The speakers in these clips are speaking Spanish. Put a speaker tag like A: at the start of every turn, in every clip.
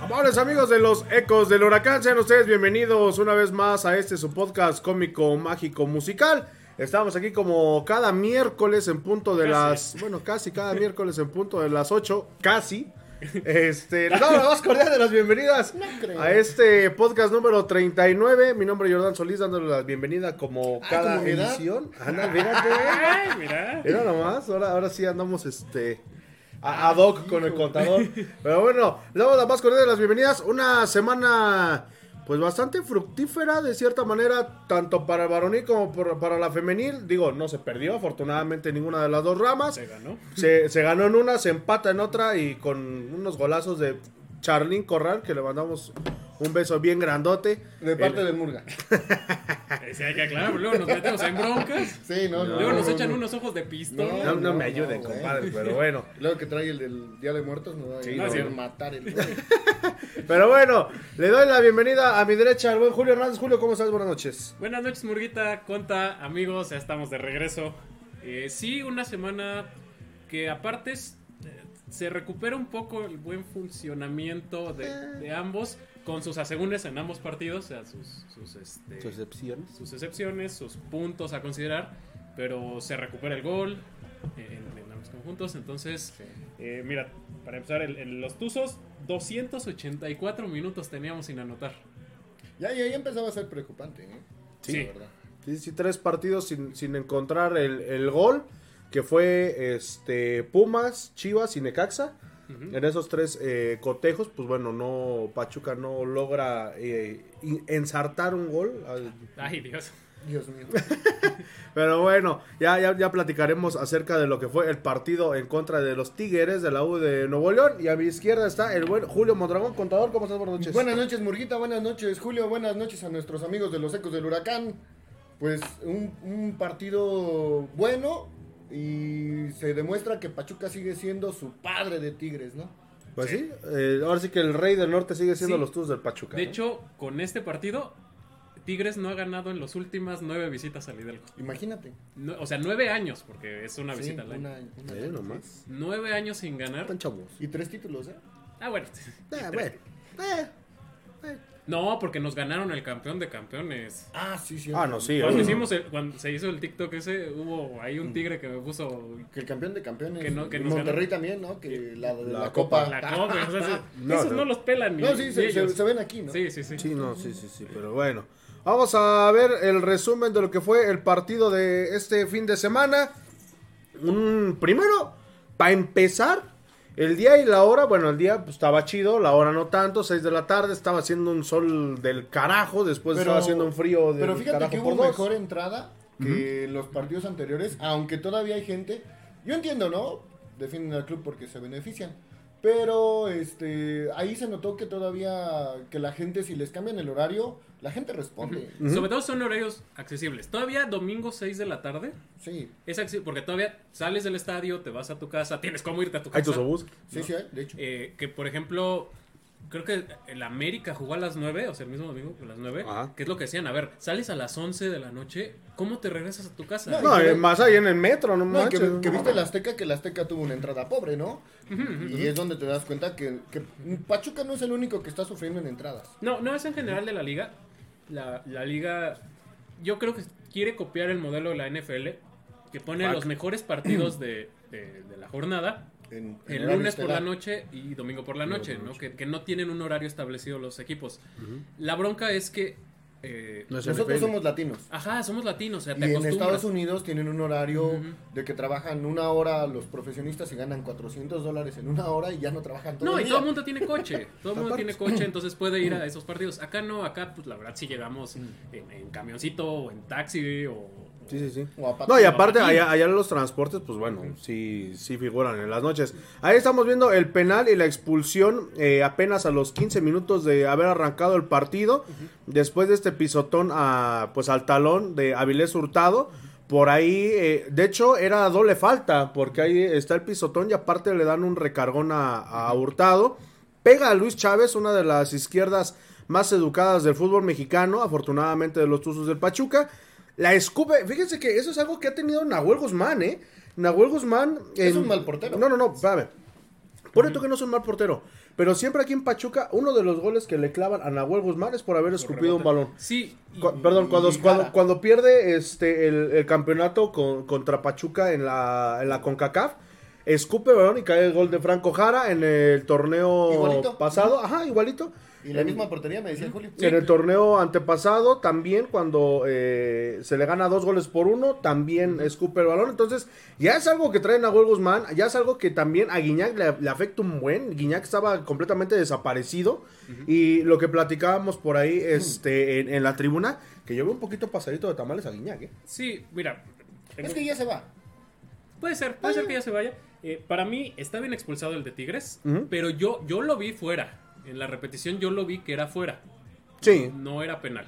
A: Amables amigos de los Ecos del Huracán, sean ustedes bienvenidos una vez más a este su podcast cómico, mágico, musical. Estamos aquí como cada miércoles en punto de las. Bueno, casi cada miércoles en punto de las 8, casi. Este, les damos la más cordial de las bienvenidas a este podcast número 39. Mi nombre es Jordán Solís, dándole la bienvenida como cada
B: ¿como novedad?
A: edición. Anda, fíjate.
C: Ay, mira.
A: Era nomás, ahora, ahora sí andamos este a- ad hoc con el contador. Pero bueno, le damos la más cordial de las bienvenidas. Una semana pues bastante fructífera de cierta manera, tanto para el varonil como por- para la femenil. Digo, no se perdió afortunadamente ninguna de las dos ramas.
C: Se ganó.
A: Se, se ganó en una, se empata en otra y con unos golazos de Charlín Corral, que le mandamos un beso bien grandote.
B: De parte
A: El-
B: del Murga.
C: Eh, Sí, hay que aclarar, luego nos metemos en broncas.
B: Sí, no, no.
C: Luego nos
B: no,
C: echan
B: no.
C: unos ojos de pistola.
A: No, no
B: No,
A: me
B: no,
A: ayuden,
B: güey.
A: compadre, pero bueno.
B: Luego que trae el del Día de Muertos, nos va a
A: Sí,
B: ir a
C: no,
B: hacer
C: sí.
B: matar el
A: Pero bueno, le doy la bienvenida a mi derecha al buen Julio Hernández. Julio, ¿cómo estás? Buenas noches.
C: Buenas noches, Murguita, Conta, amigos, ya estamos de regreso. Eh, sí, una semana que aparte es- eh, se recupera un poco el buen funcionamiento de, de ambos, con sus asegúnes en ambos partidos, o sea, sus, sus, este,
A: excepciones.
C: sus excepciones, sus puntos a considerar, pero se recupera el gol eh, en, en ambos conjuntos. Entonces, eh, mira, para empezar, el- el- los Tuzos, 284 minutos teníamos sin anotar.
B: Ya, ya, ya empezaba a ser preocupante, ¿eh?
C: Sí.
B: La verdad.
A: Sí, sí, tres partidos sin, sin encontrar el, el gol, que fue este Pumas, Chivas y Necaxa.
C: Ujú.
A: En esos tres eh, cotejos, pues bueno, no Pachuca no logra eh, in- ensartar un gol. al-
C: Ay, Dios.
B: Dios mío.
A: Pero bueno, ya, ya, ya platicaremos acerca de lo que fue el partido en contra de los Tigres de la U de Nuevo León. Y a mi izquierda está el buen Julio Mondragón, contador. ¿Cómo estás? Buenas noches.
B: Buenas noches, Murguita. Buenas noches, Julio. Buenas noches a nuestros amigos de los Ecos del Huracán. Pues un, un partido bueno y se demuestra que Pachuca sigue siendo su padre de Tigres, ¿no?
A: Pues sí, eh, ahora sí que el rey del norte sigue siendo
C: Sí.
A: los Tuzos del Pachuca.
C: De
A: ¿no?
C: hecho, con este partido, Tigres no ha ganado en las últimas nueve visitas al Hidalgo.
B: Imagínate.
C: No- o sea, nueve años, porque es una
B: Sí,
C: visita al año.
B: una- una-
A: Eh, nomás.
C: Nueve años sin ganar.
A: Están chavos.
B: Y tres títulos, ¿eh?
C: Ah, bueno.
A: Eh, bueno, eh.
C: No, porque nos ganaron el campeón de campeones.
B: Ah, sí, sí. Mm.
A: Ah, no, sí.
C: Cuando
A: obvio.
C: hicimos el- cuando se hizo el TikTok ese, hubo ahí un tigre que me puso
B: Que el campeón de campeones.
C: Que no- que
B: y
C: nos
B: Monterrey
C: ganó.
B: también, ¿no? Que la, de
A: La
B: la,
A: copa.
B: copa.
C: la copa. o sea, ese-
A: No,
C: esos
A: no.
C: no, los pelan ni,
B: ah, No, sí,
C: ni
B: se, se-
C: ellos.
B: se ven aquí, ¿no?
C: Sí, sí, sí.
A: Sí, no, sí, sí, sí, pero bueno. Vamos a ver el resumen de lo que fue el partido de este fin de semana. Un, primero, para empezar, el día y la hora, bueno, el día pues, estaba chido, la hora no tanto, 6 de la tarde, estaba haciendo un sol del carajo, después Pues estaba haciendo un frío del
B: Pero fíjate
A: carajo
B: que
A: por
B: hubo
A: dos.
B: mejor entrada que los partidos anteriores, aunque todavía hay gente. Yo entiendo, ¿no? Defienden al club porque se benefician. Pero este ahí se notó que todavía que la gente si les cambian el horario, la gente responde.
C: Sobre todo son horarios accesibles. Todavía domingo 6 de la tarde
B: Sí,
C: es accesible porque todavía sales del estadio, te vas a tu casa, tienes cómo irte a tu
A: Hay
C: casa.
A: tus obús.
B: sí, sí, hay, de hecho.
C: Eh, que por ejemplo, creo que el América jugó a las 9, o sea, el mismo domingo a las 9,
A: Ajá.
C: que es lo que decían, a ver, sales a las 11 de la noche, ¿cómo te regresas a tu casa?
B: No,
A: No, eh, más ahí en el metro, no,
B: No, y que,
A: manches.
B: que viste el Azteca, que el Azteca tuvo una entrada pobre, ¿no? Y es donde te das cuenta que, que Pachuca no es el único que está sufriendo en entradas.
C: No, no es en general de la liga. La, la liga, yo creo que quiere copiar el modelo de la NFL, que pone
A: Fuck.
C: los mejores partidos de, de- de la jornada
B: En, en
C: el
B: horario
C: lunes por la
B: estelar.
C: noche y domingo por la
A: Domingo
C: noche,
A: por la
C: ¿no? Que, que no tienen un horario establecido los equipos. La bronca es que... eh,
A: No es NFL.
B: Nosotros somos latinos.
C: Ajá, somos latinos, o sea,
B: Y
C: te
B: en
C: acostumbras.
B: Estados Unidos tienen un horario de que trabajan una hora los profesionistas y ganan 400 dólares en una hora y ya no trabajan todo
C: No,
B: el
C: y
B: día.
C: todo el mundo tiene coche. Todo el mundo
A: Aparte.
C: tiene coche, entonces puede ir a esos partidos. Acá no, acá, pues la verdad, si llegamos en, en camioncito o en taxi o. o-
A: Mm. Sí, sí, sí.
B: O a patín.
A: No, y aparte, allá, allá los transportes, pues bueno, sí, sí figuran en las noches. Ahí estamos viendo el penal y la expulsión eh, apenas a los 15 minutos de haber arrancado el partido. Después de este pisotón a, pues, al talón de Avilés Hurtado. Por ahí, eh, de hecho, era doble falta, porque ahí está el pisotón y aparte le dan un recargón a, a Hurtado. Pega a Luis Chávez, una de las izquierdas más educadas del fútbol mexicano, afortunadamente de los Tuzos del Pachuca. La escupe, fíjense que eso es algo que ha tenido Nahuel Guzmán, ¿eh? Nahuel Guzmán...
B: Es
A: en-
B: un mal portero.
A: No, no, no, espérame. Por tú que no es un mal portero, Pero siempre aquí en Pachuca, uno de los goles que le clavan a Nahuel Guzmán es por haber escupido un balón.
C: Sí, y-
A: Cu- perdón, cuando,
B: y
A: cuando,
B: Jara.
A: cuando pierde este el, el campeonato con- contra Pachuca en la, en la CONCACAF, escupe el balón y cae el gol de Franco Jara en el torneo
B: Igualito.
A: pasado. Ajá, igualito.
B: Y la misma portería me decía Julio.
A: En el torneo antepasado, también cuando eh, se le gana dos goles por uno, también escupe el balón. Entonces, ya es algo que trae Nahuel Guzmán, ya es algo que también a Guiñac le, le afecta un buen. Guiñac estaba completamente desaparecido. Y lo que platicábamos por ahí este, en, en la tribuna, que yo veo un poquito pasadito de tamales a Guiñac. ¿eh?
C: sí, mira. tengo-
B: Es que ya se va.
C: Puede ser, puede ser que ya se vaya. Eh, para mí está bien expulsado el de Tigres,
A: Ujú.
C: pero yo, yo lo vi fuera. En la repetición yo lo vi que era fuera,
A: Sí.
C: no era penal.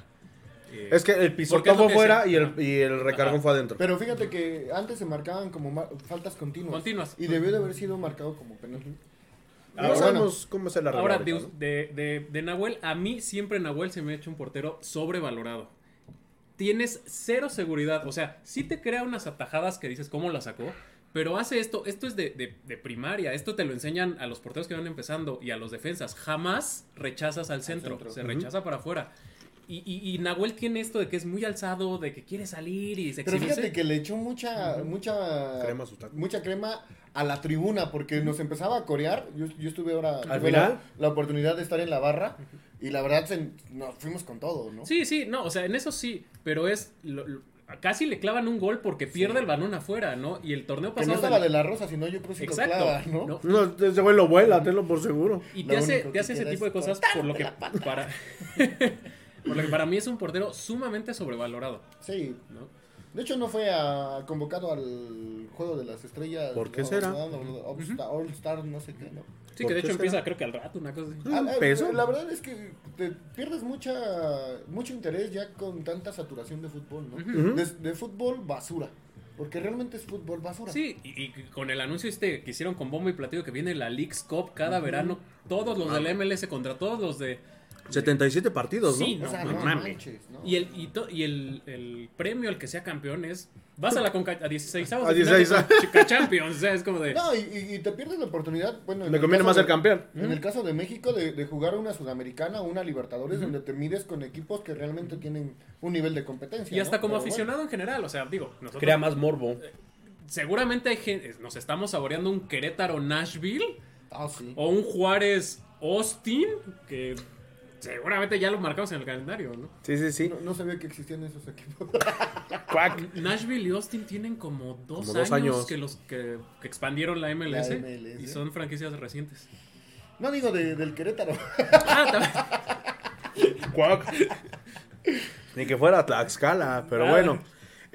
C: Eh,
A: Es que el
C: Porque es
A: pisotón
C: lo
A: fue
C: que
A: fuera
C: se-
A: y el, y el recargón
C: Ajá.
A: fue adentro.
B: Pero fíjate que antes se marcaban como ma- faltas continuas.
C: Continuas.
B: Y debió de haber sido marcado como penal.
A: no
B: Pero bueno,
A: sabemos cómo es el arreglo
C: Ahora, de,
A: ahorita, ¿no?
C: de- de- de Nahuel, a mí siempre Nahuel se me ha hecho un portero sobrevalorado. Tienes cero seguridad. O sea, sí te crea unas atajadas que dices, ¿cómo la sacó? Pero hace esto, esto es de, de- de primaria, esto te lo enseñan a los porteros que van empezando y a los defensas. Jamás rechazas al centro,
B: centro.
C: se rechaza para afuera. Y, y- y Nahuel tiene esto de que es muy alzado, de que quiere salir y se
B: Pero
C: exhibe.
B: fíjate que le echó mucha, mucha,
A: Crema a su taco.
B: mucha crema a la tribuna porque nos empezaba a corear. Yo, yo estuve ahora
A: ¿Al
B: tuve la-
A: final?
B: La, oportunidad de estar en la barra y la verdad se- nos fuimos con todo, ¿no?
C: Sí, sí, no, o sea, en eso sí, pero es... lo- lo- casi le clavan un gol porque pierde el balón afuera, ¿no? Y el torneo
B: Que
C: pasado...
B: no estaba
C: de-
B: de la rosa, sino yo creo que sí lo
C: Exacto.
B: clava, ¿no?
C: ¿no?
A: No, ese güey lo vuela, tenlo por seguro.
C: Y
B: Lo
C: te hace,
B: único
C: te
B: que
C: hace ese
B: queda
C: tipo de
B: es
C: cosas por lo que para por lo que para mí es un portero sumamente sobrevalorado,
B: Sí.
C: ¿no?
B: De hecho, no fue a- convocado al juego de las estrellas.
A: ¿Por qué
B: no,
A: será?
B: no, no, no, All Star, All Star, no sé qué, ¿no?
C: Sí,
A: ¿Por
C: que de
A: qué
C: hecho empieza
A: será?
C: creo que al rato una cosa así.
A: Mm,
B: Ah, ah,
A: peso.
B: La verdad es que te pierdes mucha mucho interés ya con tanta saturación de fútbol, ¿no? de, de fútbol basura. Porque realmente es fútbol basura.
C: Sí, y, y con el anuncio este que hicieron con bombo y platillo que viene la Leagues Cup cada verano, todos los
B: Ah.
C: del MLS contra todos los de
A: 77 partidos, ¿no?
C: Sí,
B: O sea,
C: no
B: no
C: mames.
B: manches, ¿no.
C: Y el y, to- y el, el premio al que sea campeón es vas a la Conca a 16 avos
A: A 16.
C: Champions, o sea, es como de
B: No, y, y- y te pierdes la oportunidad. Bueno, en
A: Le
B: el
A: conviene
B: caso
A: más
B: de-
A: ser campeón.
B: En el caso de México, de, de jugar una Sudamericana o una Libertadores, donde te mides con equipos que realmente tienen un nivel de competencia.
C: y hasta
B: ¿no?
C: como
B: Pero bueno.
C: aficionado en general, o sea, digo, nosotros
A: Crea más morbo.
C: Seguramente hay gente- nos estamos saboreando un Querétaro Nashville
B: Ah, sí.
A: Oh,
C: o un Juárez Austin, que seguramente ya lo marcamos en el calendario, ¿no?
A: Sí, sí, sí.
B: No, no sabía que existían esos equipos.
C: Nashville y Austin tienen como dos,
A: Como dos
C: años,
A: años.
C: que los que, que expandieron la MLS,
B: La MLS.
C: y son franquicias recientes.
B: No digo de- del Querétaro.
C: Ah, también.
A: Ni que fuera Tlaxcala, pero
C: Ah.
A: bueno.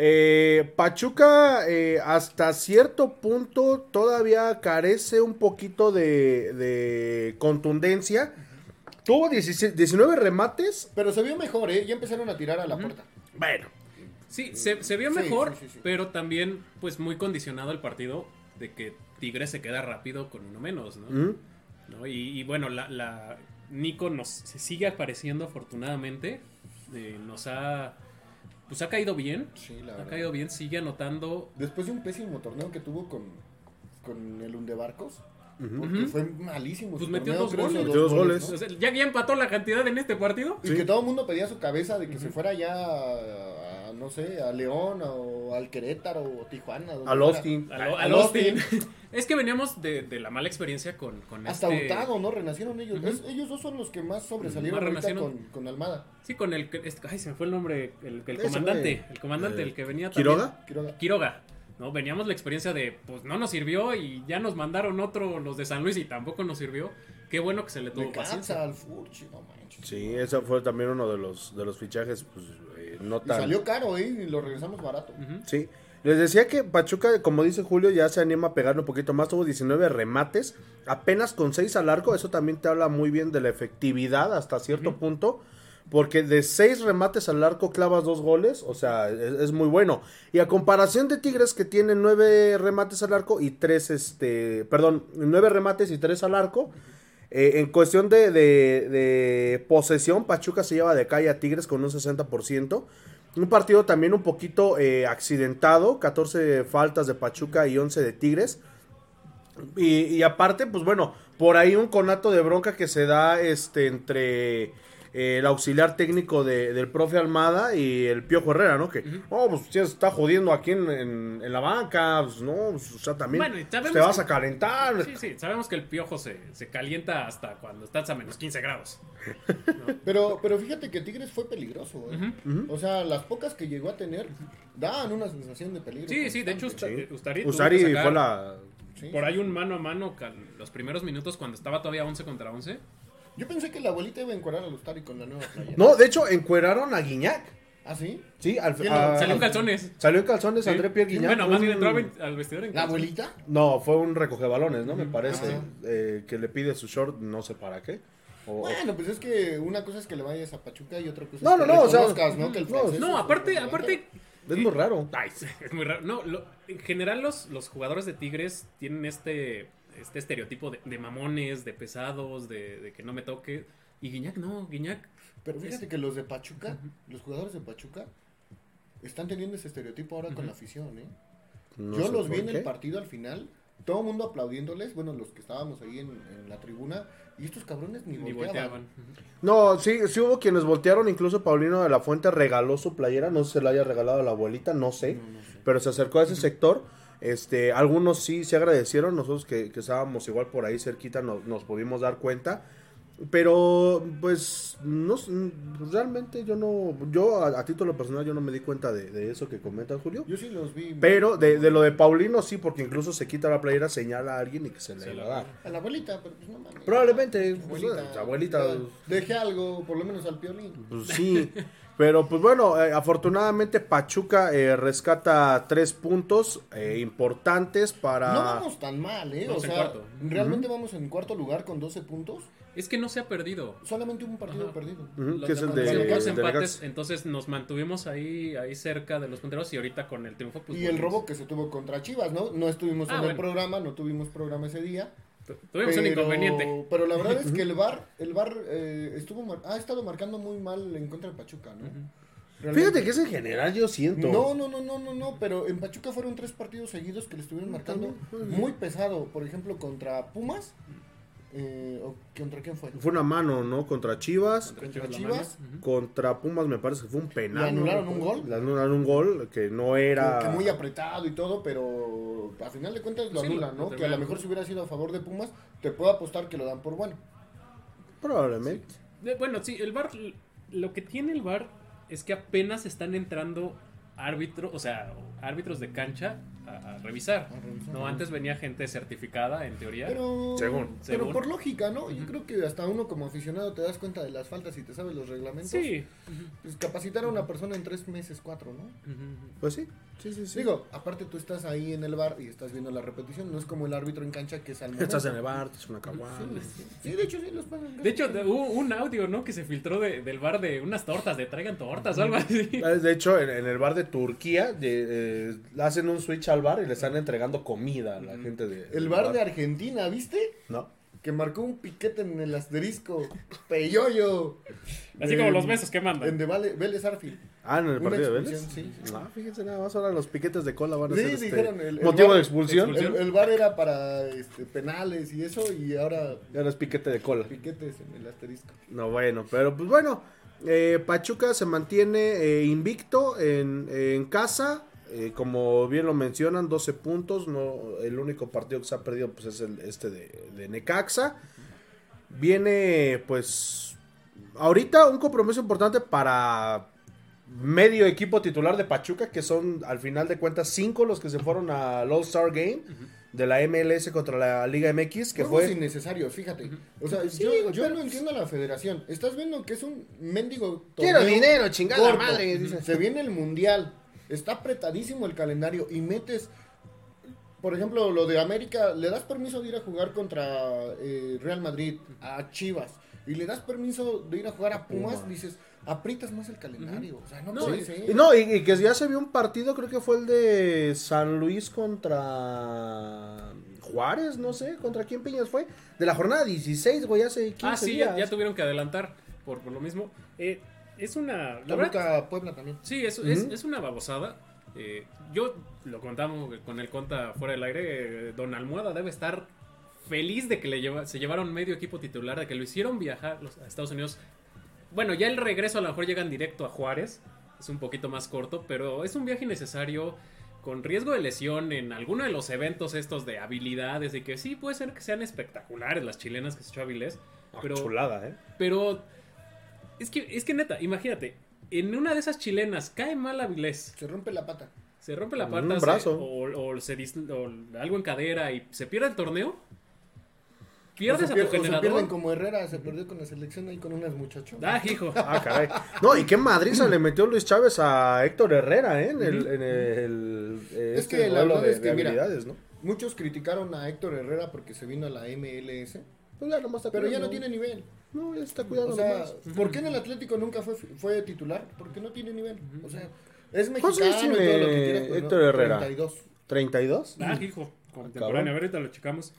A: Eh, Pachuca eh, hasta cierto punto todavía carece un poquito de, de contundencia. Tuvo 16 19 remates.
B: Pero se vio mejor, ¿eh? Ya empezaron a tirar a la puerta.
A: Bueno,
C: Sí, se, se vio
B: Sí,
C: mejor,
B: sí, sí, sí.
C: pero también pues muy condicionado el partido de que Tigres se queda rápido con uno menos, ¿no?
A: ¿Mm?
C: ¿no? Y, y bueno, la, la- Nico nos se sigue apareciendo afortunadamente. eh, nos ha. Pues ha caído bien.
B: Sí,
C: Ha
B: la verdad.
C: caído bien, sigue anotando.
B: Después de un pésimo torneo que tuvo con, con el Hundebarcos, porque
C: Ujú.
B: fue malísimo. su
C: Pues metió
B: torneo,
C: dos
B: creo,
C: goles.
B: o
A: Metió dos
B: goles,
A: goles.
B: ¿no?
C: O sea, ya, ya empató la cantidad en este partido.
B: Y que todo el mundo pedía su cabeza de que se fuera ya a, a, no sé, a León o al Querétaro o Tijuana. donde
A: al
B: fuera.
A: Austin.
C: Al,
B: Al
C: al Austin. es que veníamos de, de la mala experiencia con, con
B: Hasta
C: este-
B: Hurtado, ¿no? Renacieron ellos.
C: Ujú.
B: Es- ellos dos son los que más sobresalieron
C: Más
B: ahorita
C: renacieron.
B: con, con Almada.
C: Sí, con el. que- este- ay, se me fue el nombre. El, el
A: Ese
C: comandante.
A: güey.
C: El comandante,
A: Eh,
C: el que venía también.
A: ¿Quiroga?
B: Quiroga.
C: Quiroga. ¿no? Veníamos la experiencia de, pues no nos sirvió y ya nos mandaron otro los de San Luis y tampoco nos sirvió. Qué bueno que se le
B: Le
C: tuvo
B: cansa
C: paciencia.
B: al Furchi, no manches.
A: Sí, ese fue también uno de los, de los fichajes, pues, eh, no
B: Y
A: tan...
B: salió caro, ¿eh? Y lo regresamos barato.
A: Sí. Les decía que Pachuca, como dice Julio, ya se anima a pegar un poquito más. Tuvo 19 remates, apenas con 6 al arco. Eso también te habla muy bien de la efectividad hasta cierto punto. Porque de 6 remates al arco clavas 2 goles. O sea, es, es muy bueno. Y a comparación de Tigres, que tiene 9 remates al arco y 3, este, perdón, 9 remates y 3 al arco. eh, en cuestión de, de- de posesión, Pachuca se lleva de calle a Tigres con un 60%. Un partido también un poquito eh, accidentado, 14 faltas de Pachuca y 11 de Tigres. Y, y aparte, pues bueno, por ahí un conato de bronca que se da este entre eh, el auxiliar técnico de- del profe Almada y el Piojo Herrera, ¿no? Que, oh, pues usted está jodiendo aquí en, en- en la banca, pues no, pues, o sea, también
C: Bueno, y sabemos
A: te vas
C: que-
A: a calentar.
C: Sí, sí, sabemos que el piojo se, se calienta hasta cuando estás a menos 15 grados.
B: Pero, pero fíjate que Tigres fue peligroso. ¿eh?
A: Ujú, ujú.
B: O sea, las pocas que llegó a tener dan una sensación de peligro.
C: Sí, sí, de hecho,
B: constante.
C: Usta-
A: Sí.
C: Ustari Eh, tuvo que
A: Usari
C: sacar
A: fue la...
B: Sí.
C: Por ahí un mano a mano, cal- los primeros minutos cuando estaba todavía 11 contra 11.
B: Yo pensé que la abuelita iba a encuadrar a Ustari con la nueva playa.
A: No, de hecho, encueraron a Guiñac.
B: ¿Ah, sí?
A: Sí, al,
B: ¿Quién lo-
A: a-
C: Salió en
A: al-
C: calzones.
A: Salió en calzones
C: Sí.
A: André Pierre Guiñac.
C: Bueno, más bien
A: un-
C: entró al- al vestidor en
B: ¿La
C: calzones.
B: abuelita?
A: No, fue un recogebalones, ¿no? Me parece.
B: Ah.
A: eh, que le pide su short, no sé para qué. O-
B: Bueno, pues es que una cosa es que le vayas a Pachuca y otra cosa
A: Oh. No, no,
B: es que
A: no, o sea,
B: reconozcas, ¿no? Que
A: no,
B: el francés
C: No,
B: es-
C: aparte,
B: es-
C: aparte.
A: es muy raro.
C: Ay, sí, es muy raro. No, lo- en general los, los jugadores de Tigres tienen este, este estereotipo de, de mamones, de pesados, de, de que no me toque. Y Guiñac, no, Guiñac.
B: Pero fíjate que los de Pachuca, los jugadores de Pachuca, están teniendo ese estereotipo ahora con la afición, ¿eh?
A: No
B: Yo
A: sé
B: los
A: por
B: vi en
A: qué.
B: el partido al final, todo el mundo aplaudiéndoles, bueno, los que estábamos ahí en, en la tribuna, y estos cabrones ni,
C: Y
B: volteaban.
C: volteaban.
A: No, sí, sí hubo quienes voltearon. Incluso Paulino de la Fuente regaló su playera. No sé si se la haya regalado a la abuelita, no sé. Pero se acercó a ese sector. Este, algunos sí se agradecieron. Nosotros que, que estábamos igual por ahí cerquita nos, nos pudimos dar cuenta. Pero, pues, no, s- mm, realmente yo no, yo a, a título personal yo no me di cuenta de, de eso que comentas, Julio.
B: Yo sí los vi.
A: Pero de, de lo de Paulino sí, porque incluso se quita la playera, señala a alguien y que se le
C: Se
A: va
C: la
A: a dar.
B: A la abuelita, pero pues no mames.
A: Probablemente,
B: Su
A: pues, su abuelita.
B: Dejé algo, por lo menos al piolín.
A: Pues sí, pero pues bueno, eh, afortunadamente Pachuca eh, rescata tres puntos eh, importantes para...
B: No vamos tan mal, ¿eh? O
C: Vamos en
B: sea,
C: cuarto.
B: realmente vamos en cuarto lugar con 12 puntos.
C: Es que no se ha perdido.
B: Solamente un partido
C: Ajá.
B: perdido.
A: Ujú,
C: Los
A: Mm, que es el
C: demás-
A: de-
C: los demás
A: de
C: empates,
A: Legax.
C: entonces nos mantuvimos ahí, ahí cerca de los punteros y ahorita con el triunfo. pues,
B: y el
C: volvimos.
B: robo que se tuvo contra Chivas, ¿no? No estuvimos
C: Ah,
B: en el
C: bueno.
B: programa, no tuvimos programa ese día.
C: Tu- Tuvimos un inconveniente.
B: Pero la verdad es que el VAR, el VAR eh, estuvo mar- ha estado marcando muy mal en contra de Pachuca, ¿no?
A: Fíjate
B: Realmente.
A: que es en general, yo siento.
B: No, no, no, no, no, no, pero en Pachuca fueron tres partidos seguidos que le estuvieron marcando
A: pues,
B: muy pesado. Por ejemplo, contra Pumas, eh, o ¿contra quién fue?
A: Fue una mano, ¿no? Contra Chivas,
C: Contra
B: contra
C: la
B: Chivas,
C: mano. Ujú.
A: contra Pumas me parece que fue un penal.
B: ¿Le anularon
A: ¿no?
B: un gol?
A: Le anularon un gol que no era...
B: Que muy apretado y todo, pero a final de cuentas lo
C: Sí,
B: anulan,
C: lo
B: ¿no? Que a lo
C: terminaron.
B: mejor si hubiera sido a favor de Pumas, te puedo apostar que lo dan por bueno.
A: Probablemente.
C: Eh, Bueno, sí, el bar, lo que tiene el bar es que apenas están entrando árbitros, o sea, árbitros de cancha a, a revisar.
B: A revisar.
C: No, antes venía gente certificada, en teoría.
B: Pero,
A: Según,
B: pero
C: según.
B: por lógica, ¿no? Yo creo que hasta uno como aficionado te das cuenta de las faltas y te sabes los reglamentos.
C: Sí.
B: Pues capacitar a una persona en tres meses, cuatro, ¿no?
A: Pues sí, sí, sí, sí.
B: Digo, aparte tú estás ahí en el bar y estás viendo la repetición, no es como el árbitro en cancha que es al momento.
A: Estás en el bar, te echas una caguama.
B: Sí, sí, de hecho sí los pasan.
C: De hecho, de- hubo un audio, ¿no? Que se filtró de- del bar de unas tortas, de traigan tortas o algo así.
A: Ah, De hecho, en, en el bar de Turquía de, eh, hacen un switch al bar y le están entregando comida a la gente de...
B: el bar de Argentina, ¿viste?
A: No.
B: Que marcó un piquete en el asterisco. Peyoyo.
C: Así
B: En-
C: como los besos que
B: En
C: mandan.
B: de Vale- Vélez Arfield.
A: Ah, en el
B: Una
A: partido de Vélez.
B: expulsión, sí, sí.
A: Ah, fíjense nada más, ahora los piquetes de cola van a
B: Sí,
A: ser este,
B: dijeron, el- el
A: motivo
B: bar-
A: de expulsión.
C: expulsión.
B: El, el bar era para este, penales y eso, y ahora
A: Y ahora es piquete de cola.
B: piquetes en el asterisco.
A: No, bueno, pero pues bueno, eh, Pachuca se mantiene eh, invicto en, en casa. eh, como bien lo mencionan, 12 puntos. No, el único partido que se ha perdido pues, es el, este de, de Necaxa. Viene, pues, ahorita un compromiso importante para medio equipo titular de Pachuca, que son al final de cuentas cinco los que se fueron al All Star Game de la MLS contra la Liga MX, que
B: Que
A: fue...
B: fue innecesario, fíjate. O sea,
A: Sí,
B: yo,
A: güey,
B: yo
A: pero-
B: no entiendo a la federación. Estás viendo que es un mendigo.
A: Quiero
B: torneo
A: dinero, chingada
B: corto.
A: madre, dice.
B: Se viene el mundial. Está apretadísimo el calendario y metes. Por ejemplo, lo de América, le das permiso de ir a jugar contra eh, Real Madrid, a Chivas, y le das permiso de ir a jugar a Pumas,
A: Pumas.
B: dices, aprietas más el calendario. O sea, no,
C: No,
B: puede
C: y-
B: ser.
A: Y No, y, y que ya se vio un partido, creo que fue el de San Luis contra Juárez, no sé, contra quién piñas fue, de la jornada 16, güey, hace 15
C: Ah, sí,
A: días.
C: ya, ya tuvieron que adelantar por, por lo mismo. Eh, es una... la verdad-
B: Toluca, Puebla también.
C: Sí, es, es-
A: Ujú.
C: es una babosada. Eh, yo lo contamos con el conta fuera del aire. eh, don Almohada debe estar feliz de que le lleva- se llevaron medio equipo titular, de que lo hicieron viajar los- a Estados Unidos. Bueno, ya el regreso a lo mejor llegan directo a Juárez. Es un poquito más corto, pero es un viaje necesario con riesgo de lesión en alguno de los eventos estos de habilidades y que sí puede ser que sean espectaculares las chilenas que se echó Avilés. Pero,
A: Chulada, ¿eh?
C: pero es que, es que neta, imagínate, en una de esas chilenas cae mal Avilés.
B: Se rompe la pata.
C: Se rompe la
B: Mm,
A: Un
C: pata se-
A: brazo.
C: o, o se dis- o algo en cadera y se pierde el torneo. Pierdes
B: O
C: a
B: se
C: tu
B: pier- o Se pierden
C: generador.
B: como Herrera, se perdió con la selección ahí con unas muchachos.
C: Ah, hijo.
A: Ah, caray. No, y qué madriza le metió Luis Chávez a Héctor Herrera, ¿eh? En el. en el- eh,
B: Es
A: este
B: que la
A: duelo
B: verdad
A: de,
B: es que,
A: de
B: mira,
A: habilidades, ¿no?
B: Muchos criticaron a Héctor Herrera porque se vino a la MLS,
A: Pues ya nomás está
B: pero ya
A: cuidando.
B: no tiene nivel.
A: No, ya está cuidado
B: O sea,
A: nomás.
B: ¿por qué en el Atlético nunca fue, fue titular? Porque no tiene nivel. O sea, es mexicano
A: ¿Cuántos
B: y
A: años
B: todo lo
A: Pues tiene
B: que quieras, pero no,
A: Héctor Herrera? ¿32?
B: 32.
C: Ah,
B: Mm.
C: hijo. Contemporáneo, ahorita lo checamos.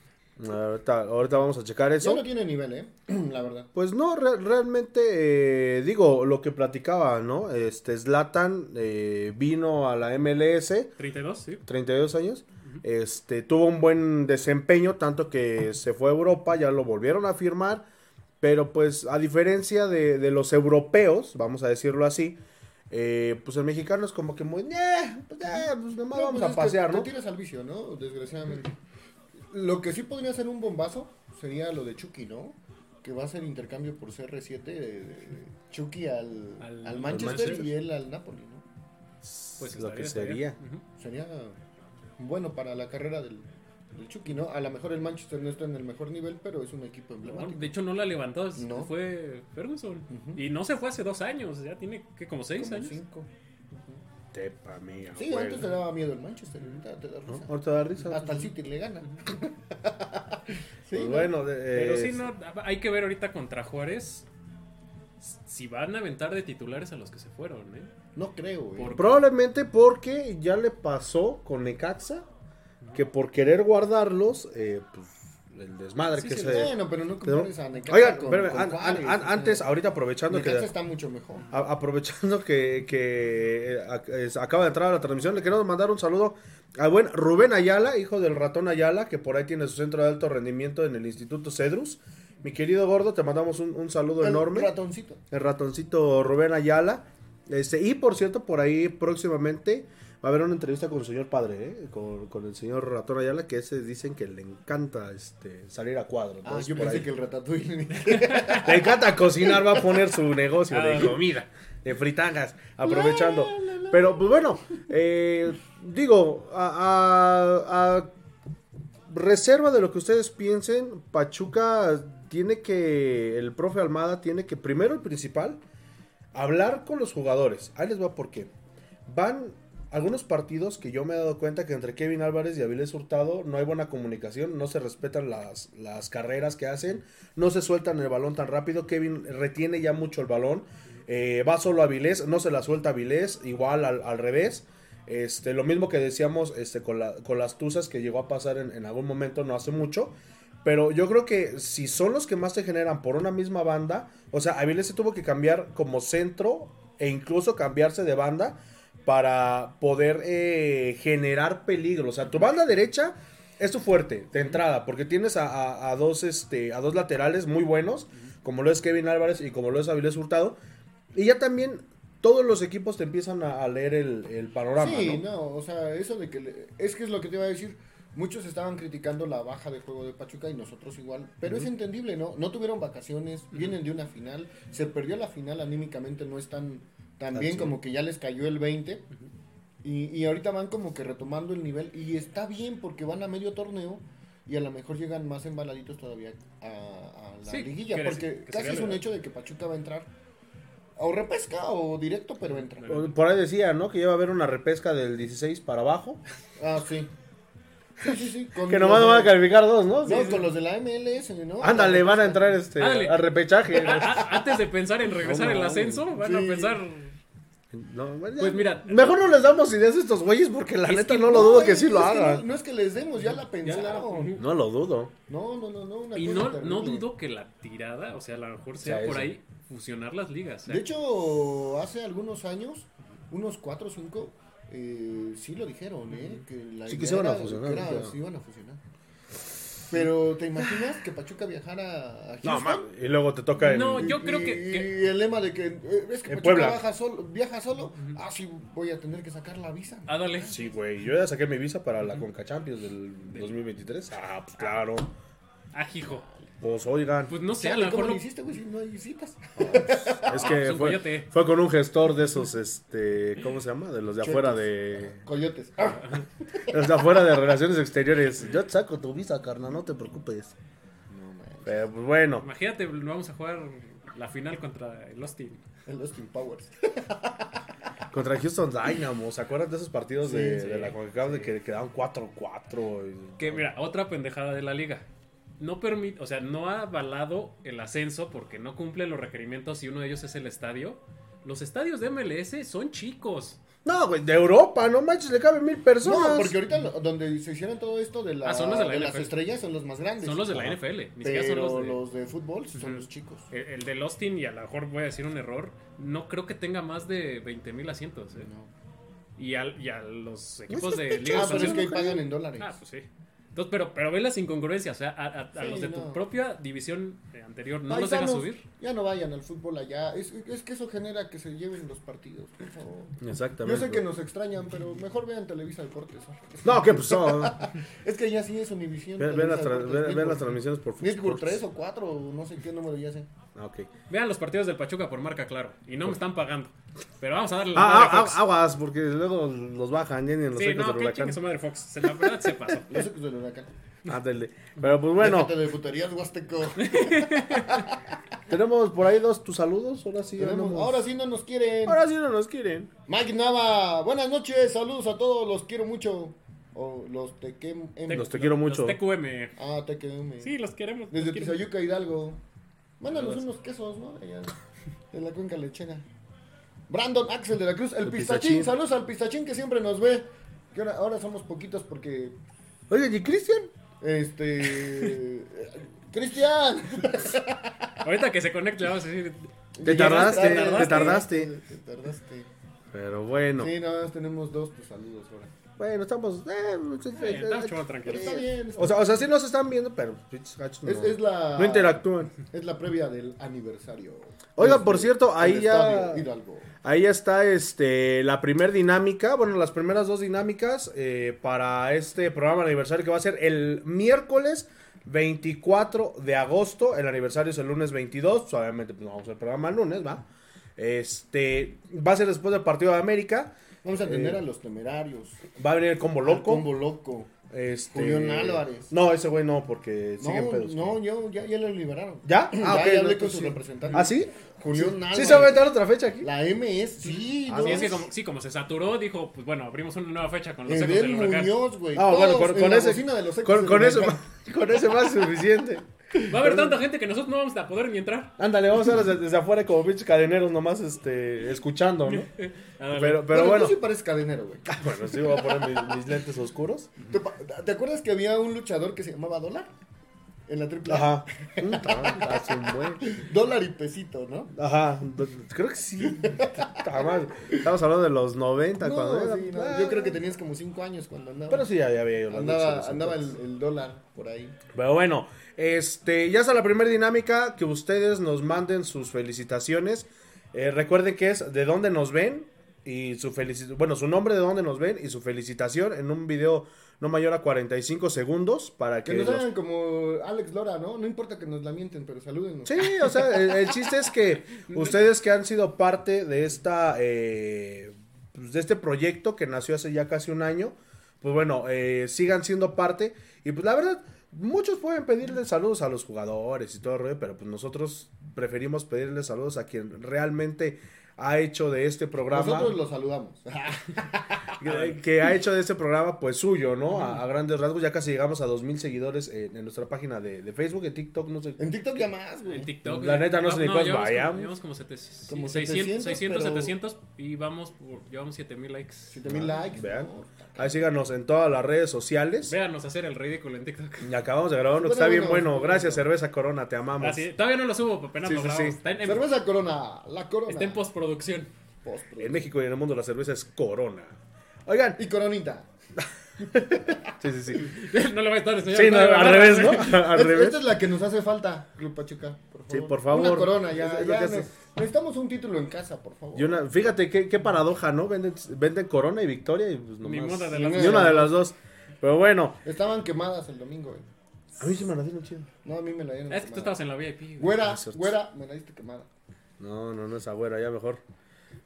A: Ahorita, ahorita vamos a checar eso.
B: Ya no tiene nivel, ¿eh? la verdad.
A: Pues no, re- realmente, eh, digo, lo que platicaba, ¿no? Este, Zlatan eh, vino a la MLS,
C: 32, sí.
A: 32 años, este, tuvo un buen desempeño, tanto que se fue a Europa, ya lo volvieron a firmar, pero pues a diferencia de, de los europeos, vamos a decirlo así, eh, pues el mexicano es como que muy, "Neh, pues, eh, pues nomás
B: No,
A: vamos
B: pues
A: a
B: es que
A: pasear,
B: te
A: ¿no?
B: tiras al vicio, ¿no? Desgraciadamente. Lo que sí podría ser un bombazo sería lo de Chucky, ¿no? Que va a ser intercambio por CR7 de, de- de Chucky al,
C: Al-
B: al
C: al
B: Manchester,
C: Manchester.
B: y él al Napoli, ¿no?
C: Pues
A: lo
C: estaría,
A: que
C: estaría.
A: sería.
C: Ujú.
B: Sería bueno para la carrera del, del Chucky, ¿no? A lo mejor el Manchester no está en el mejor nivel, pero es un equipo
C: No,
B: emblemático.
C: de hecho, no la levantó. es-
B: No.
C: Fue Ferguson. Y no se fue hace dos años. Ya tiene que como seis
B: Como
C: años.
B: cinco.
A: Tepa, mía,
B: Sí,
A: abuela.
B: antes te daba miedo el Manchester, ahorita te da
A: ¿No?
B: risa.
A: Ahorita da risa.
B: Hasta el City le gana. sí,
A: Pues
B: ¿no?
A: bueno, de-
C: Pero
A: eh,
C: sí, no, hay que ver ahorita contra Juárez si van a aventar de titulares a los que se fueron, ¿eh?
B: No creo, ¿eh?
C: Por-
A: Probablemente porque ya le pasó con Necaxa que por querer guardarlos, eh, pues, el desmadre
C: Sí,
A: que
C: sí,
A: se.
B: Bueno, pero no compares a Necaxa
A: Oigan,
B: con-
A: espérame,
B: con
A: an- an-
B: Juárez,
A: an-
B: o sea,
A: antes, ahorita aprovechando que.
B: Necaxa está mucho mejor.
A: a- aprovechando que, que, eh, ac- es- acaba de entrar a la transmisión, le queremos mandar un saludo al buen Rubén Ayala, hijo del ratón Ayala, que por ahí tiene su centro de alto rendimiento en el Instituto Cedrus. Mi querido gordo, te mandamos un, un saludo
B: El
A: enorme.
B: ratoncito.
A: El ratoncito Rubén Ayala. Este, y por cierto, por ahí próximamente va a haber una entrevista con el señor padre, ¿eh? con, con el señor ratón Ayala, que ese dicen que le encanta este, salir a cuadro.
B: Ah,
A: entonces,
B: yo
A: por
B: pensé
A: ahí.
B: que el ratatouille.
A: Le encanta cocinar, va a poner su negocio
C: Ah.
A: de comida, de fritangas, aprovechando. Pero pues bueno, eh, digo, a, a- a reserva de lo que ustedes piensen, Pachuca tiene que, el profe Almada tiene que, primero y principal, hablar con los jugadores. Ahí les va por qué. Van algunos partidos que yo me he dado cuenta que entre Kevin Álvarez y Avilés Hurtado no hay buena comunicación, no se respetan las, las carreras que hacen, no se sueltan el balón tan rápido. Kevin retiene ya mucho el balón, eh, va solo a Avilés, no se la suelta a Avilés, igual al, al revés. Este, lo mismo que decíamos este, con, la- con las tuzas que llegó a pasar en, en algún momento, no hace mucho. Pero yo creo que si son los que más se generan por una misma banda, o sea, Avilés se tuvo que cambiar como centro e incluso cambiarse de banda para poder eh, generar peligro. O sea, tu banda derecha es tu fuerte de entrada, porque tienes a, a- a dos, este, a dos laterales muy buenos, como lo es Kevin Álvarez y como lo es Avilés Hurtado. Y ya también todos los equipos te empiezan a, a leer el, el panorama.
B: sí,
A: ¿no?
B: ¿no? o sea, eso de que. le- Es que es lo que te iba a decir. Muchos estaban criticando la baja de juego de Pachuca y nosotros igual. Pero es entendible, ¿no? No tuvieron vacaciones, vienen de una final. Se perdió la final anímicamente, no están tan
A: Ah,
B: bien
A: sí.
B: como que ya les cayó el 20. y, y ahorita van como que retomando el nivel. Y está bien porque van a medio torneo. Y a lo mejor llegan más embaladitos todavía a, a la
C: Sí,
B: liguilla.
C: que eres-
B: Porque
C: que sería
B: casi es un
C: legal.
B: hecho de que Pachuca va a entrar. O repesca o directo, pero entra.
A: O- Por ahí decía, ¿no? Que iba a haber una repesca del 16 para abajo.
B: Ah, sí. Sí, sí, sí. Con
A: Que nomás
B: los
A: van a
B: de-
A: calificar dos, ¿no?
B: No, con los de la MLS, ¿no?
A: Ándale, van a entrar este,
C: Ándale.
A: a repechaje.
C: A- a- ah, antes de pensar en regresar
A: No,
C: el
A: no,
C: ascenso, van a
B: sí.
C: pensar.
A: No, bueno, ya.
C: Pues mira,
A: Mejor no les damos ideas a estos güeyes porque la
C: Es
A: neta
C: que
A: no lo dudo
B: es
A: que sí lo
B: es no- No,
A: hagan.
B: es que les demos, ya la pensaron.
A: No lo dudo.
B: No, no, no, no. una
C: y
B: cosa
C: no,
B: terrible.
C: no dudo que la tirada, o sea, a lo mejor sea
A: Sea
C: por
A: eso.
C: ahí ¿eh? fusionar las ligas. o sea,
B: De hecho, hace algunos años, unos 4 o 5, eh, sí lo dijeron, ¿eh? Que la
A: Sí, que
B: idea
A: se iban a
B: era-
A: fusionar,
B: que era-
A: claro.
B: se iban a fusionar. Pero, ¿te imaginas que Pachuca viajara a
A: No,
B: Houston?
A: mames. Y luego te toca en-
C: No,
B: Y-
C: yo creo
B: y-
C: que-
B: Y,
C: que-
B: el lema de que eh, es que
A: En
B: Pachuca
A: Puebla.
B: baja solo- viaja solo. Ah, sí, voy a tener que sacar la visa.
C: Ah, dale.
A: Sí, güey. Yo ya saqué mi visa para la Conca Champions del 2023. Ah, pues claro.
C: Ajijo.
A: Pues oigan,
C: Ah, Pues no sé, a
B: Chale,
C: lo
B: ¿Cómo
C: mejor
B: lo
C: lo-
B: hiciste, güey? Si no hay citas.
A: es
C: es
A: que
C: pues
A: fue,
C: un coyote.
A: fue con un gestor de esos, este, ¿cómo se llama? De los de afuera de,
B: Coyotes. Ah,
A: de los de afuera de relaciones exteriores. Yo te saco tu visa, carnal, no te preocupes. Pero pues bueno,
C: Imagínate, vamos a jugar la final contra el Austin.
B: el Austin Powers.
A: contra Houston Dynamo, ¿se acuerdan de esos partidos
B: Sí,
A: de,
B: sí,
A: de la CONCACAF de que quedaban 4-4? y-
C: Que mira, otra pendejada de la liga. No permite, o sea, no ha avalado el ascenso porque no cumple los requerimientos y uno de ellos es el estadio. Los estadios de MLS son chicos.
A: No, güey, de Europa, no manches, le caben mil personas.
B: No, porque ahorita lo- donde se hicieron todo esto de, la-
C: Ah, son los de la
B: las
C: NFL.
B: estrellas son los más grandes.
C: Son los de la
B: Ajá.
C: NFL, ni siquiera son
B: Pero
C: los
B: los
C: de-
B: de... fútbol son
C: Ujú.
B: los chicos.
C: El, el del Austin, y a lo mejor voy a decir un error, no creo que tenga más de 20 mil asientos. ¿eh? Y, al- y a los equipos de Liga
B: Ah, pero es que ahí
C: Nacional-
B: pagan en dólares.
C: Ah, pues sí. Entonces, pero, pero ve las incongruencias. O sea, a, a- a
B: Sí,
C: los de tu
B: no.
C: propia división eh, anterior no
B: Paisanos,
C: los dejan subir.
B: Ya no vayan al fútbol allá. Es, es que eso genera que se lleven los partidos, por favor.
A: Exactamente.
B: Yo sé que nos extrañan, pero mejor vean Televisa Deportes.
A: No, que pues no.
B: Es que ya sí es Univisión.
A: Ve- Ve
B: Televisa
A: las, tra-
B: Deportes,
A: ve- ve las
B: Network.
A: transmisiones por Fox
B: Network
A: Sports.
B: 3 o 4 o no sé qué número ya sé.
A: Ah, ok.
C: Vean los partidos del Pachuca por marca, claro. Y no me están pagando. Pero vamos a darle la
A: Ah,
C: madre a
A: ah,
C: Fox.
A: ah, aguas, porque luego los bajan, ya ni en los
C: sí,
A: ecos
C: no,
A: del
C: que
A: huracán.
C: chingue su madre Fox. Se- la verdad se pasó.
B: Los ecos del huracán.
A: Ándale. Pero pues bueno,
B: Déjate de puterías, Huasteco.
A: tenemos por ahí dos tus saludos. Ahora sí,
B: Tenemos-
A: andamos-
B: Ahora sí no nos quieren.
A: ahora sí no nos quieren.
B: Mike Nava, buenas noches, saludos a todos, los quiero mucho. O los te quem- em-
A: Los te quiero mucho.
C: Los TQM.
B: Ah, te quedé.
C: Sí, los queremos. los
B: Desde
C: queremos.
B: Tizayuca, Hidalgo. Mándanos unos quesos, ¿no? Allá, de la cuenca lechera. Brandon Axel de la Cruz, el,
A: El
B: pistachín.
A: Pistachín.
B: Saludos al pistachín que siempre nos ve. Que ahora, ahora somos poquitos porque.
A: Oye, ¿y Cristian?
B: Este. eh, ¡Cristian!
C: Ahorita que se conecte le vamos a decir...
A: Te tardaste,
B: Llegaste
A: te tardaste.
B: Te tardaste.
A: Pero bueno.
B: Sí, nada más tenemos dos tus saludos ahora.
A: Bueno, estamos. eh,
C: "Eh, Estamos chupando
B: Pero
C: tranquilos.
B: está bien. está
A: o, sea, o sea, sí nos están viendo, pero pinches gachos no,
B: Es- es la-
A: no interactúan.
B: Es la previa del aniversario.
A: Oigan,
B: Desde
A: por cierto, ahí
B: el
A: ya-
B: estadio Hidalgo.
A: Ahí está este la primer dinámica, bueno, las primeras dos dinámicas eh, para este programa de aniversario que va a ser el miércoles 24 de agosto. El aniversario es el lunes 22, pues, obviamente pues, no vamos al programa el lunes, ¿va? Este va a ser después del partido de América.
B: Vamos a atender
A: Eh,
B: a los temerarios.
A: Va a venir el combo loco.
B: Al Ah, Combo loco.
A: este,
B: Julián Álvarez.
A: No, ese güey no, porque siguen
B: No,
A: pedos.
B: no, yo, ya, ya lo liberaron.
A: ¿Ya? Ah,
B: ya,
A: ok,
B: ya
A: no,
B: hablé con
A: entonces
B: su
A: sí.
B: representante.
A: ¿Ah, sí?
B: Julián Álvarez.
A: ¿Sí se va a meter otra fecha aquí?
B: La MS, sí.
A: Ah,
B: no.
C: Sí, es que como, sí, como se saturó, dijo, pues bueno, abrimos una nueva fecha con los ecos
B: Edel
C: del huracán.
B: Muñoz, güey.
A: Ah, bueno, con, con ese. Con, con eso,
B: eso.
A: con ese más suficiente.
C: Va a haber tanta gente que nosotros no vamos a poder ni entrar.
A: Ándale, vamos a ver desde, desde afuera como pinches cadeneros nomás este, escuchando, ¿no?
C: Ah,
A: Pero, pero
C: dale.
B: Pero
A: bueno, Ah,
B: bueno. Tú sí pareces cadenero, güey.
A: bueno, sí voy a poner mis, mis lentes oscuros.
B: ¿Te, pa- te acuerdas que había un luchador que se llamaba Dólar? En la triple A.
A: Ajá. Puta, Mm, hace un buen-
B: Dólar y pesito, ¿no?
A: Ajá, do- creo que sí. Puta madre. Estamos hablando de los 90
B: No,
A: cuando era-
B: sí, no,
A: Ah,
B: Yo creo que tenías como 5 años cuando andaba.
A: Pero sí, ya, ya había yo las
B: andaba
A: luchas,
B: andaba el,
A: entonces.
B: el dólar por ahí.
A: Pero bueno, este, ya está la primera dinámica, que ustedes nos manden sus felicitaciones. Eh, recuerden que es de dónde nos ven y su felicitación, bueno, su nombre de dónde nos ven y su felicitación en un video no mayor a 45 segundos para
B: Que
A: que...
B: nos
A: los-
B: hagan como Alex Lora, ¿no? No importa que nos lamenten, pero salúdenos.
A: Sí, o sea, el, el chiste es que ustedes que han sido parte de esta eh, pues, de este proyecto que nació hace ya casi un año, pues bueno, eh, sigan siendo parte y pues la verdad muchos pueden pedirle saludos a los jugadores y todo el rollo, pero pues nosotros preferimos pedirle saludos a quien realmente ha hecho de este programa
B: Nosotros los saludamos.
A: que- que ha hecho de este programa pues suyo, ¿no? A, a grandes rasgos ya casi llegamos a 2000 seguidores en, en nuestra página de, de Facebook, en TikTok, no sé.
B: En TikTok ya más,
C: En
B: güey.
C: TikTok.
A: La neta, no sé ni cuántos
C: llevamos como-
A: vayamos.
C: Llevamos como, 700,
B: Como 600,
C: 600, 600
B: pero-
C: 700 y vamos por, llevamos 7000 likes.
B: 7000 likes.
A: Vean.
B: ¿no?
A: Ahí síganos en todas las redes sociales.
C: Véanos hacer el ridículo en TikTok.
A: Y acabamos de grabar uno que
B: Bueno,
A: está bien
B: bueno,
A: bueno.
B: bueno.
A: Gracias, cerveza Corona, te amamos.
C: Ah, sí, todavía no lo subo, apenas
A: Sí,
C: lo
A: sí,
C: grabamos.
A: sí.
C: Está, en,
B: Cerveza Corona, la Corona.
C: está en postproducción.
B: Postproducción.
A: En México y en el mundo la cerveza es Corona. Oigan,
B: Y coronita.
A: sí, sí, sí.
C: no le va a estar enseñando.
A: Sí, no,
C: nada,
A: al
C: ¿verdad?
A: revés, ¿no? Al
B: Es-
A: revés.
B: Esta es la que nos hace falta, Club Pachuca. Por favor.
A: Sí, por favor.
B: Una corona, ya.
A: Es- es lo
B: ya
A: que
B: ne-
A: hace.
B: necesitamos un título en casa, por favor.
A: Y una, fíjate qué, qué paradoja, ¿no? Venden, venden Corona y Victoria y pues nomás.
C: Ni moda de
A: Ni una
C: las
A: de las dos. Pero bueno,
B: Estaban quemadas el domingo, güey.
A: a mí sí me la dieron chido.
B: No, a mí me la dieron.
C: Es que tú
B: quemada.
C: estabas en la VIP. güey.
B: Güera,
A: Es Ah, cierto.
B: güera, me la diste quemada.
A: No, no, no es agüera, ya mejor.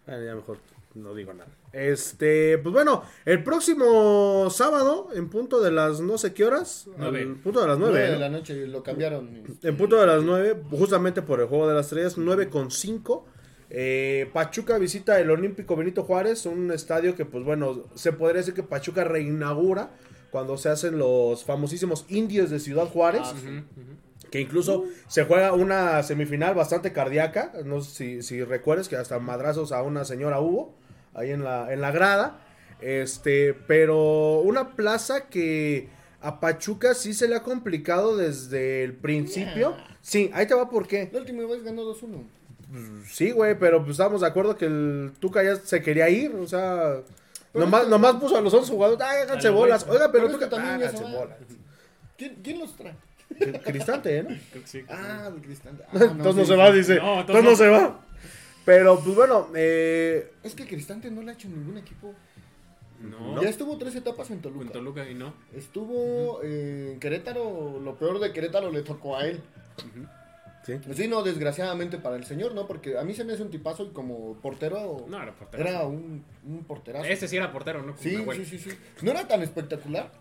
A: Bueno, ya mejor no digo nada. Este, pues bueno, el próximo sábado, en punto de las no sé qué horas,
C: Nueve.
A: en punto de las
B: Nueve
A: nueve,
B: de la
A: ¿no?
B: noche y lo cambiaron. y-
A: en punto de las nueve, justamente por el juego de las estrellas, nueve con cinco. eh, Pachuca visita el Olímpico Benito Juárez, un estadio que, pues bueno, se podría decir que Pachuca reinaugura cuando se hacen los famosísimos indios de Ciudad Juárez
B: Ah, sí.
C: Ujú, ujú.
A: que incluso se juega una semifinal bastante cardíaca, no sé si, si recuerdes que hasta madrazos a una señora hubo ahí en la, en la grada, este, pero una plaza que a Pachuca sí se le ha complicado desde el principio. Sí, ahí te va por qué.
B: La última vez ganó 2-1.
A: Sí, güey, pero pues estamos de acuerdo que el Tuca ya se quería ir, o sea,
B: Pero
A: nomás,
B: es que-
A: nomás puso a los 11 jugadores, ¡ay, háganse
C: Al güey.
A: bolas! Oiga, pero Ah,
B: Pero es
A: Tuca,
B: que también ya se
A: háganse
B: va.
A: bolas.
B: ¿Quién, quién los trae?
A: Cristante, ¿eh? ¿no?
C: Creo que sí.
B: Ah, de Cristante. Ah, no,
A: Entonces no
B: sí,
A: se va,
B: sí.
A: dice.
C: No,
A: entonces no se va. Pero pues bueno, eh,
B: Es que Cristante no le ha hecho ningún equipo.
C: No.
B: Ya estuvo tres etapas en Toluca.
C: Con Toluca y no.
B: Estuvo eh, en Querétaro, lo peor de Querétaro le tocó a él.
A: sí.
B: Sí, no, desgraciadamente para el señor, ¿no? Porque a mí se me hace un tipazo y como portero
C: No era portero.
B: era un, un porterazo.
C: Ese sí era portero, ¿no? Como
B: sí,
C: Nahuel.
B: sí, sí, sí. No era tan espectacular,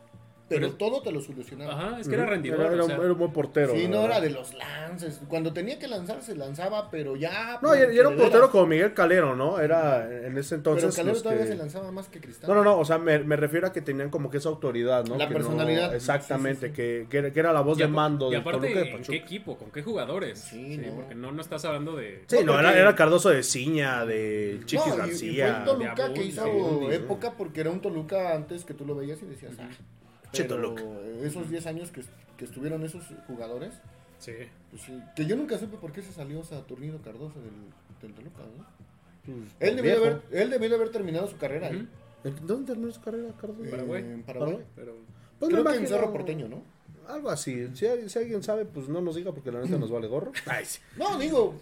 B: pero,
C: Pero-
B: todo te lo solucionaba.
C: Ajá, es que era rendidor.
A: Era, era
C: o
A: un,
C: sea,
A: era un buen portero.
B: Sí,
A: la
B: no era
A: verdad.
B: de los lances. Cuando tenía que lanzar, se lanzaba, pero ya. pues,
A: No, y, y era un
B: de veras.
A: portero como Miguel Calero, ¿no? Era en ese entonces.
B: Pero Calero
A: los
B: todavía
A: que-
B: se lanzaba más que Cristal.
A: No, no, no, o sea, me, me refiero a que tenían como que esa autoridad, ¿no?
B: La
A: Que no-
B: personalidad.
A: exactamente,
B: Sí, sí,
A: Que, que era, que era la voz
C: y
A: de
C: apa-
A: mando
C: Y
A: del
C: aparte,
A: Toluca de
C: ¿en
A: Pachuca.
C: qué equipo? ¿Con qué jugadores?
B: Sí, no.
C: porque no, no estás hablando de...
A: Sí,
B: No,
A: no, era,
B: porque-
A: era Cardoso de Ciña, de Chiquis
B: No, y-
A: García.
B: Y, fue un Toluca
C: de Abundis,
B: que hizo
C: de Abundis,
A: ¿no?
B: época porque era un Toluca antes que tú lo veías y decías, ah,
A: Che,
B: pero
A: Toluca.
B: esos 10 años que, que estuvieron esos jugadores,
C: Sí.
B: pues sí, que yo nunca supe por qué se salió Saturnino Cardoso del, del Toluca, ¿no? Él debió,
A: Viejo.
B: haber, él debió de haber terminado su carrera ahí,
C: Ujú.
A: ¿Dónde terminó su carrera, Cardoso?
B: eh,
C: Paraguay.
B: en Paraguay.
C: Pero...
A: Pues me
B: Creo que en
A: imagino-
B: Cerro Porteño, ¿no?
A: Algo así. Si, hay- si alguien sabe, pues no nos diga porque la neta nos vale gorro. Ay, sí.
B: No, digo,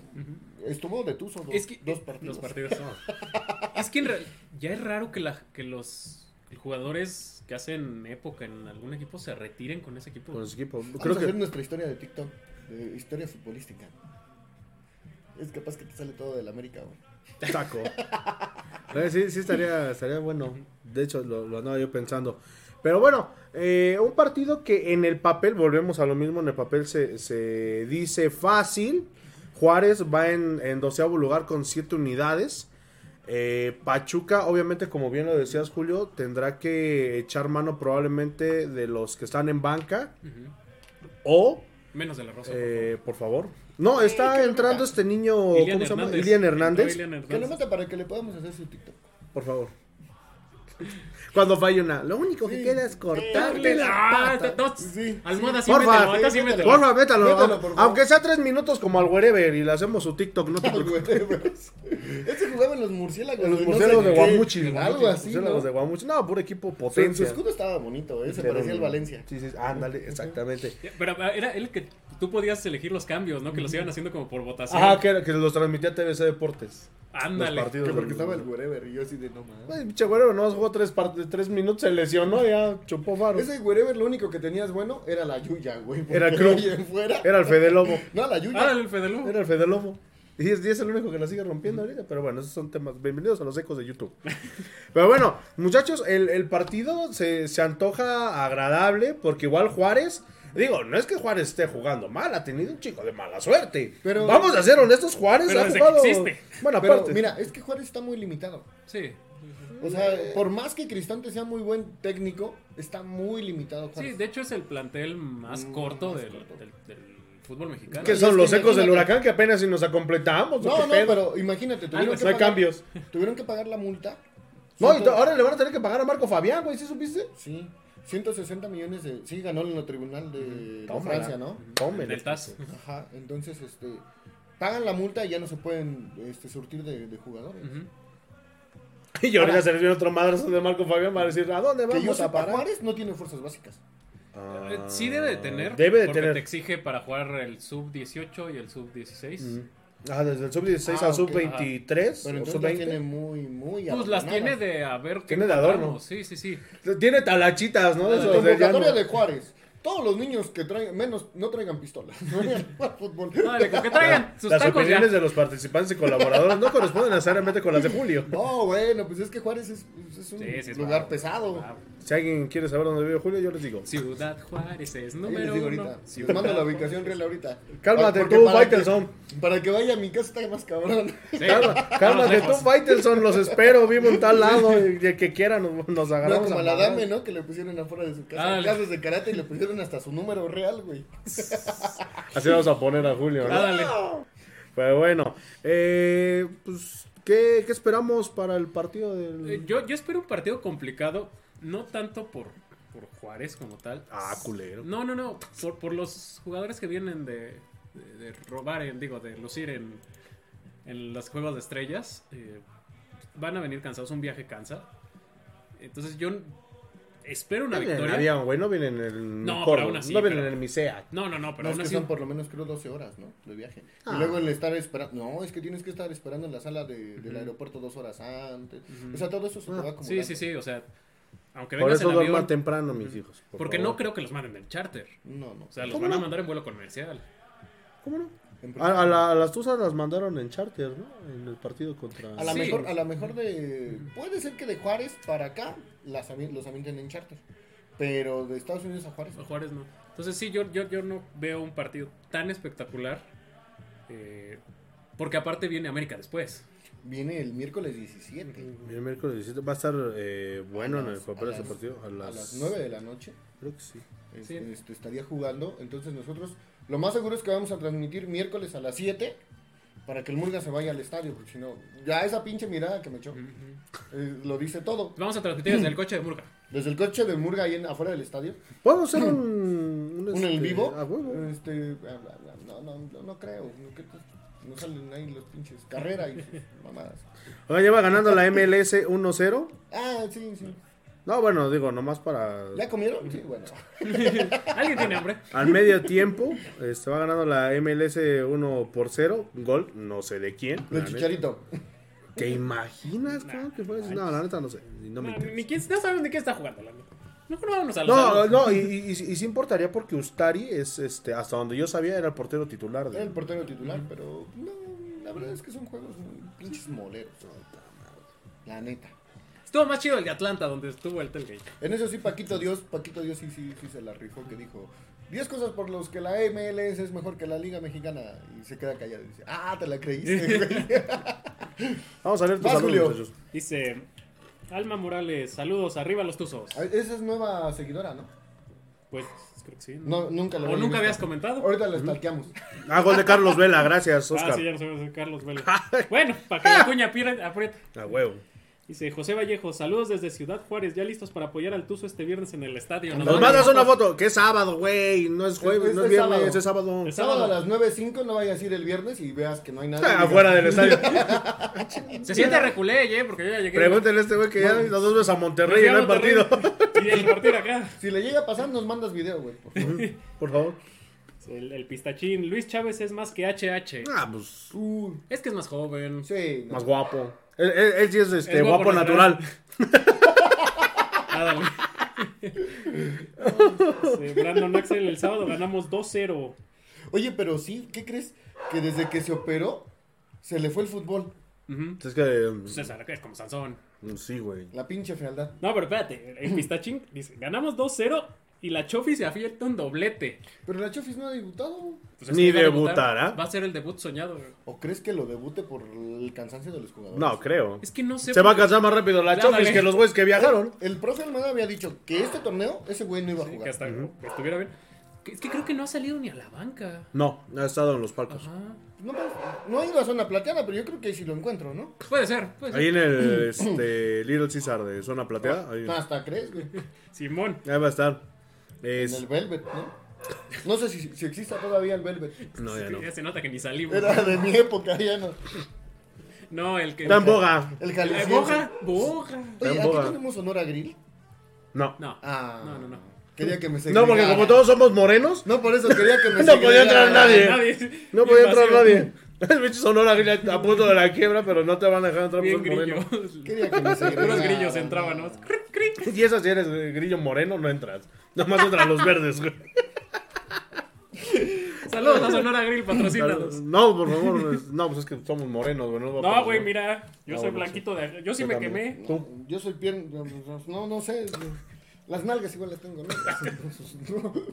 B: estuvo de tuzo dos,
C: Es que...
B: dos partidos.
C: Dos partidos. es que en re- ya es raro que, la, que los jugadores que hacen época en algún equipo se retiren con ese equipo.
A: Con su equipo.
B: Vamos
A: Creo
B: a hacer
A: que.
B: nuestra historia de TikTok, de historia futbolística. Es capaz que te sale todo del América, güey.
A: Taco. Eh, Sí, sí, estaría, estaría bueno. De hecho, lo, lo andaba yo pensando. Pero bueno, eh, un partido que en el papel, volvemos a lo mismo, en el papel se, se dice fácil. Juárez va en, en doceavo lugar con siete unidades. Eh, Pachuca, obviamente, como bien lo decías, Julio, tendrá que echar mano probablemente de los que están en banca
C: Ujú.
A: o
C: Menos de la Rosa.
A: Eh, por favor. No, está entrando este niño,
C: por favor.
A: ¿cómo se llama? Ilian Hernández.
C: Entró Ilian
B: Que lo
C: Hernández.
B: mata para que le podamos hacer su TikTok.
A: Por favor. Cuando falle una, lo único que
B: Sí.
A: queda es cortarte
B: Cortale
A: la
C: Ah,
A: pata.
C: dos.
B: Sí,
C: Almohada
A: sí.
C: sí,
A: Porfa,
C: mételo, ahorita
B: sí,
C: sí mételo.
B: mételo.
A: Porfa, métalo.
B: Métalo,
A: a-
B: por favor.
A: aunque sea tres minutos como al wherever y le hacemos su TikTok, no te preocupes.
B: Ese jugaba en los murciélagos.
A: En Los
B: güey, no
A: murciélagos
B: sé
A: de
B: qué.
A: Guamuchi.
B: Algo así,
A: Los murciélagos de
B: ¿no?
A: Guamuchi. No, puro equipo
B: Su, su
A: potencia.
B: escudo estaba bonito, ¿eh? Se parecía al Valencia.
A: Sí, sí, ándale, exactamente.
C: Pero ah, era el que tú podías elegir los cambios, ¿no? Que los iban haciendo como por votación.
A: Ajá, que, que los transmitía TVC Deportes.
C: Ándale.
A: Los partidos.
B: Que porque
A: del-
B: estaba el wherever y yo así de no mames.
A: Ay, pinche güero, no jugó tres, par- tres minutos, se lesionó, ya chupó faro.
B: Ese wherever lo único que tenías bueno era la Yuya, güey. porque
A: Era Cruz.
B: de ahí en fuera.
A: Era el Fede Lobo.
B: No, la Yuya.
C: Ah, el Fede Lobo.
A: Era el Fede Lobo. Y es, y es el único que la sigue rompiendo ahorita. Pero bueno, esos son temas. Bienvenidos a los ecos de YouTube. Pero bueno, muchachos, el, el partido se, se antoja agradable. Porque igual Juárez. Digo, no es que Juárez esté jugando mal, ha tenido un chico de mala suerte. Pero,
B: Pero-
A: Vamos a ser honestos, Juárez
C: Pero
A: ha
C: desde
A: jugado.
C: que existe.
A: Bueno,
B: Pero
A: aparte.
B: mira, es que Juárez está muy limitado.
C: Sí.
B: O
A: Eh.
B: sea, por más que Cristante sea muy buen técnico, está muy limitado
C: Sí,
B: Juárez.
C: de hecho es el plantel más
B: Mm,
C: corto
B: más
C: del,
B: corto.
C: del- del fútbol mexicano.
A: que
B: es
A: son
B: que
A: los ecos del
B: imagínate.
A: huracán que apenas si nos acompletamos. ¿o qué
B: No, no,
A: pedo? Ah,
B: pero imagínate, tuvieron que
A: No hay
B: pagar-
A: cambios.
B: Tuvieron que pagar la multa.
A: No, y
B: Ciento-
A: to- ahora le van a tener que pagar a Marco Fabián, güey, ¿sí supiste?
B: Sí, 160 millones de... Sí, ganó en el tribunal de, de
A: Tómala.
B: Francia, ¿no?
A: Tómela.
C: del Taz.
B: Ajá, entonces, este... Pagan la multa y ya no se pueden este, surtir de, de jugadores.
C: Ujú.
A: Y ahorita se les viene otro madrazo de Marco Fabián para decir, ¿a dónde
B: Que yo
A: vamos a
B: sepa,
A: parar?
B: Juárez no tiene fuerzas básicas.
C: Eh, Sí debe de tener.
A: Ah, Debe de
C: porque
A: tener.
C: te exige para jugar el sub-18 y el sub-16.
A: Ah, desde el sub-16
B: Ah,
A: al
B: ok,
A: sub-23
B: Pero
A: o
B: entonces las tiene
A: sub-20.
B: muy, muy
C: Pues las
B: abandonadas.
C: tiene de a ver qué
A: Tiene de adorno.
C: encontramos. Sí, sí, sí.
A: Tiene talachitas, ¿no?
B: La
A: Eso de llano.
B: convocatoria Ah, de Juárez. Todos los niños que traigan, menos, no traigan pistolas. No vayan a jugar fútbol.
C: Dale, con que traigan sus
A: Las
C: tacos ya.
A: opiniones de los participantes y colaboradores no corresponden necesariamente con las de Julio.
B: No, bueno, pues es que Juárez es, es un
C: Sí, sí, es
B: lugar
C: bravo.
B: pesado.
C: Ah,
A: Si alguien quiere saber dónde vive Julio, yo les digo.
C: Ciudad Juárez es
B: Ahí les
C: número
B: digo
C: uno.
B: ahorita. Les
C: Ciudad
B: mando la
C: Juárez.
B: ubicación real ahorita.
A: Cálmate
B: Porque
A: tú,
B: para que-
A: Faitelson.
B: Para que vaya a mi casa está más cabrón.
C: Sí.
A: Calma, cálmate tú,
C: Vamos,
A: Faitelson, los espero, vivo en tal lado, y el que quiera nos, nos
B: No,
A: agarramos
B: como
A: a
B: a la
A: madrazos.
B: dame, ¿no? Que le pusieron afuera de su casa.
C: Dale.
B: Clases de karate y le pusieron hasta su número real, güey.
A: Así vamos a poner a Julio,
C: Ah,
A: ¿no?
C: dale.
A: Pero bueno, eh, pues, ¿qué, qué esperamos para el partido
C: Eh,
A: del...?
C: Yo, yo espero un partido complicado, no tanto por, por Juárez como tal.
A: Ah, culero.
C: No, no, no, por, por los jugadores que vienen de, de- de robar, en- digo, de lucir en, en los Juegos de Estrellas. eh, van a venir cansados, un viaje cansa. Entonces yo espero una
A: Vienen en
C: victoria.
A: avión, güey, no vienen en el
C: No, pero
A: Corvo,
C: aún así,
A: no vienen
C: pero-
A: en el Misea.
C: No, no, no, pero
B: No, es
C: aún
B: que
C: así...
B: son por lo menos, creo, 12 horas, ¿no? De viaje.
A: Ah.
B: Y luego el estar esperando. No, es que tienes que estar esperando en la sala de- del aeropuerto dos horas antes. O sea, todo eso se te
A: Ah.
B: va como.
C: Sí, sí, sí, o sea, aunque
A: Por
C: vengas
A: eso
C: en
A: duerman
C: avión...
A: temprano, mis hijos. por
C: Porque no
A: favor.
C: creo que los manden en charter.
B: No, no.
C: O sea, los
A: ¿Cómo
C: van a
A: no?
C: mandar en vuelo comercial.
A: ¿Cómo no?
B: En primer-
A: A, a la- a las Tuzas las mandaron en charter, ¿no? En el partido contra...
B: A la
C: Sí.
B: mejor, a la mejor de. Puede ser que de Juárez para acá las, avi- los avienten en charter. Pero de Estados Unidos a Juárez.
C: O Juárez no. Entonces sí, yo, yo, yo no veo un partido tan espectacular. eh, porque aparte viene América después.
B: Viene el miércoles 17.
A: El miércoles 17 va a estar eh, bueno
B: A
A: en el
B: las-
A: papel
B: a
A: de este
B: las-
A: partido. A
B: A
A: las,
B: las 9 de la noche.
A: Creo que sí.
B: este,
C: Sí.
B: este, estaría jugando. Entonces nosotros, lo más seguro es que vamos a transmitir miércoles a las 7 para que el Murga se vaya al estadio, porque si no, ya esa pinche mirada que me echó, eh, lo dice todo.
C: Vamos a transmitir desde el coche de Murga.
B: Desde el coche del Murga ahí en- afuera del estadio,
A: ¿Podemos hacer un...
B: un
A: este,
B: en vivo,
A: A huevo.
B: este, bla, bla, bla, no, no, no, no creo, no, que- no salen ahí los pinches carrera y sus mamadas.
A: Oigan, lleva ganando la MLS 1-0.
B: Ah, sí, sí.
A: No, bueno, digo, nomás para...
B: ¿Ya comieron? Sí, bueno.
C: ¿Alguien tiene hambre?
A: Al medio tiempo, este, va ganando la MLS 1 por 0. Gol, no sé de quién. la
B: Del
A: neta.
B: chicharito.
A: ¿Te imaginas, cabrón, que fue? No, la neta no sé. No, me
C: No,
A: interesa.
C: Ah, ni quién, no sabemos ni quién está jugando. La neta. Mejor vámonos a los
A: no, no, y, y, y sí importaría porque Ustari es, este, hasta donde yo sabía, era el portero titular
B: Era el
A: de...
B: portero titular, pero no, la verdad es que son juegos muy pinches moleros. La neta.
C: Estuvo más chido el de Atlanta, donde estuvo el Telgate.
B: En eso sí, Paquito Dios, Paquito Dios sí, sí, sí se la rifó, que dijo 10 cosas por los que la MLS es mejor que la Liga Mexicana. Y se queda callado y dice, ah, te la creíste. güey".
A: Vamos a ver tus
B: Vas,
A: saludos,
B: Julio.
A: muchachos.
C: Dice Alma Morales, saludos, arriba los tuzos.
B: Ah, Esa es nueva seguidora, ¿no?
C: Pues creo que sí. ¿no?
B: No, nunca la
C: o
B: había
C: nunca habías
B: visto.
C: comentado.
B: Ahorita la stalkeamos.
A: Ah, gol de Carlos Vela, gracias, Oscar.
C: Ah, sí, ya nos vamos a hacer Carlos Vela. bueno, para que la cuña apriete- apriete.
A: A huevo.
C: Dice José Vallejo, saludos desde Ciudad Juárez, ya listos para apoyar al Tuzo este viernes en el estadio.
B: Nos
A: Nos
B: Nos
A: mandas
B: mandas
A: una foto, que es sábado, güey, no es
B: jueves,
A: jueves,
B: Es-
A: no
B: no
A: es
B: es es
A: viernes,
B: sábado.
A: es
B: es
A: sábado.
C: Es
B: Sábado a las 9.05, no vayas a ir el viernes y veas que no hay nada. y
A: Afuera del
B: digas,
A: estadio.
C: Se siente reculé, eh, porque yo ya llegué.
A: Pregúntale a este güey que ya las dos veces a Monterrey y no hay partido.
C: Y el partido acá.
B: Si le llega a pasar, nos mandas video, güey. por favor.
A: Por favor.
C: El, el pistachín, Luis Chávez es más que HH.
A: Ah, pues,
B: Uy,
C: Es que es más joven.
B: sí. no.
A: más guapo. Él, él- él sí es este,
C: Es
A: guapo,
C: guapo
A: natural.
C: Nada, güey. Dice, Brandon Axel, el sábado ganamos 2-0.
B: Oye, pero sí, ¿qué crees? Que desde que se operó, se le fue el fútbol.
C: Ujú.
A: Es que, mm,
C: César, que es como Sansón.
A: mm, sí, güey.
B: La pinche fealdad.
C: No, pero espérate, el pistachín dice, ganamos 2-0 y la Chofi se afielta un doblete.
B: Pero la Chofis no ha debutado.
C: Pues es
A: Ni
C: que va a debutar.
A: debutará.
C: Va a ser el debut soñado. güey.
B: ¿O crees que lo debute por el cansancio de los jugadores?
A: No, creo.
C: Es que no sé.
A: Se va a
C: por-
A: cansar más rápido la
C: Ya,
A: Chofis
C: dale.
A: que los güeyes que viajaron.
B: El profe Almada había dicho que este torneo, ese güey no iba a
C: Sí, que
B: jugar.
C: hasta que estuviera bien. Que- Es que creo que no ha salido ni a la banca. Ah,
A: No, ha estado en los palcos.
C: Ajá.
B: No, pues, no ha ido a zona plateada, pero yo creo que ahí sí lo encuentro, ¿no?
C: Puede ser, puede ser.
A: Ahí en el este, Little César de Zona Plateada, ahí,
C: Ah.
B: No, hasta crees, güey.
C: Simón.
A: ahí va a estar.
B: En
A: Es-
B: el Velvet, ¿no? No sé si, si exista todavía el Velvet.
A: No, ya no.
C: Ya se nota que ni salimos.
B: Era de mi época, ya no.
C: No, el que.
A: Tan boga.
B: El
C: Eh,
B: jalisciense.
C: boga, boga.
B: Oye, ¿aquí
A: Tamboga.
B: tenemos Sonora Grill?
A: No.
C: No.
B: Ah.
C: No, no, no.
B: Quería que me
A: No, porque
B: segregara.
A: como todos somos morenos,
B: No, por eso quería que me
A: No podía entrar
B: segregara.
A: nadie. no
C: Bien
A: podía entrar
C: vacío.
A: nadie. El bicho sonora Grill a punto de la quiebra, pero no te van a dejar entrar
C: Bien
A: por ser
C: grillo.
A: moreno.
B: Quería que me segregara.
C: Puros grillos entraban, ¿no? Cric, cric.
A: Y esas si eres eh, grillo moreno, no entras. Nomás entran los verdes, güey.
C: Saludos a Sonora Grill, patrocinados.
A: No, por favor, es- no, pues es que somos morenos, güey. va a
C: No,
A: pasar.
C: güey, mira. Yo
A: No,
C: soy
A: Ah, bueno,
C: blanquito de. Yo sí me
A: también.
C: quemé.
A: Tú.
B: Yo soy pierna. No, no sé. Las nalgas igual las tengo, ¿no?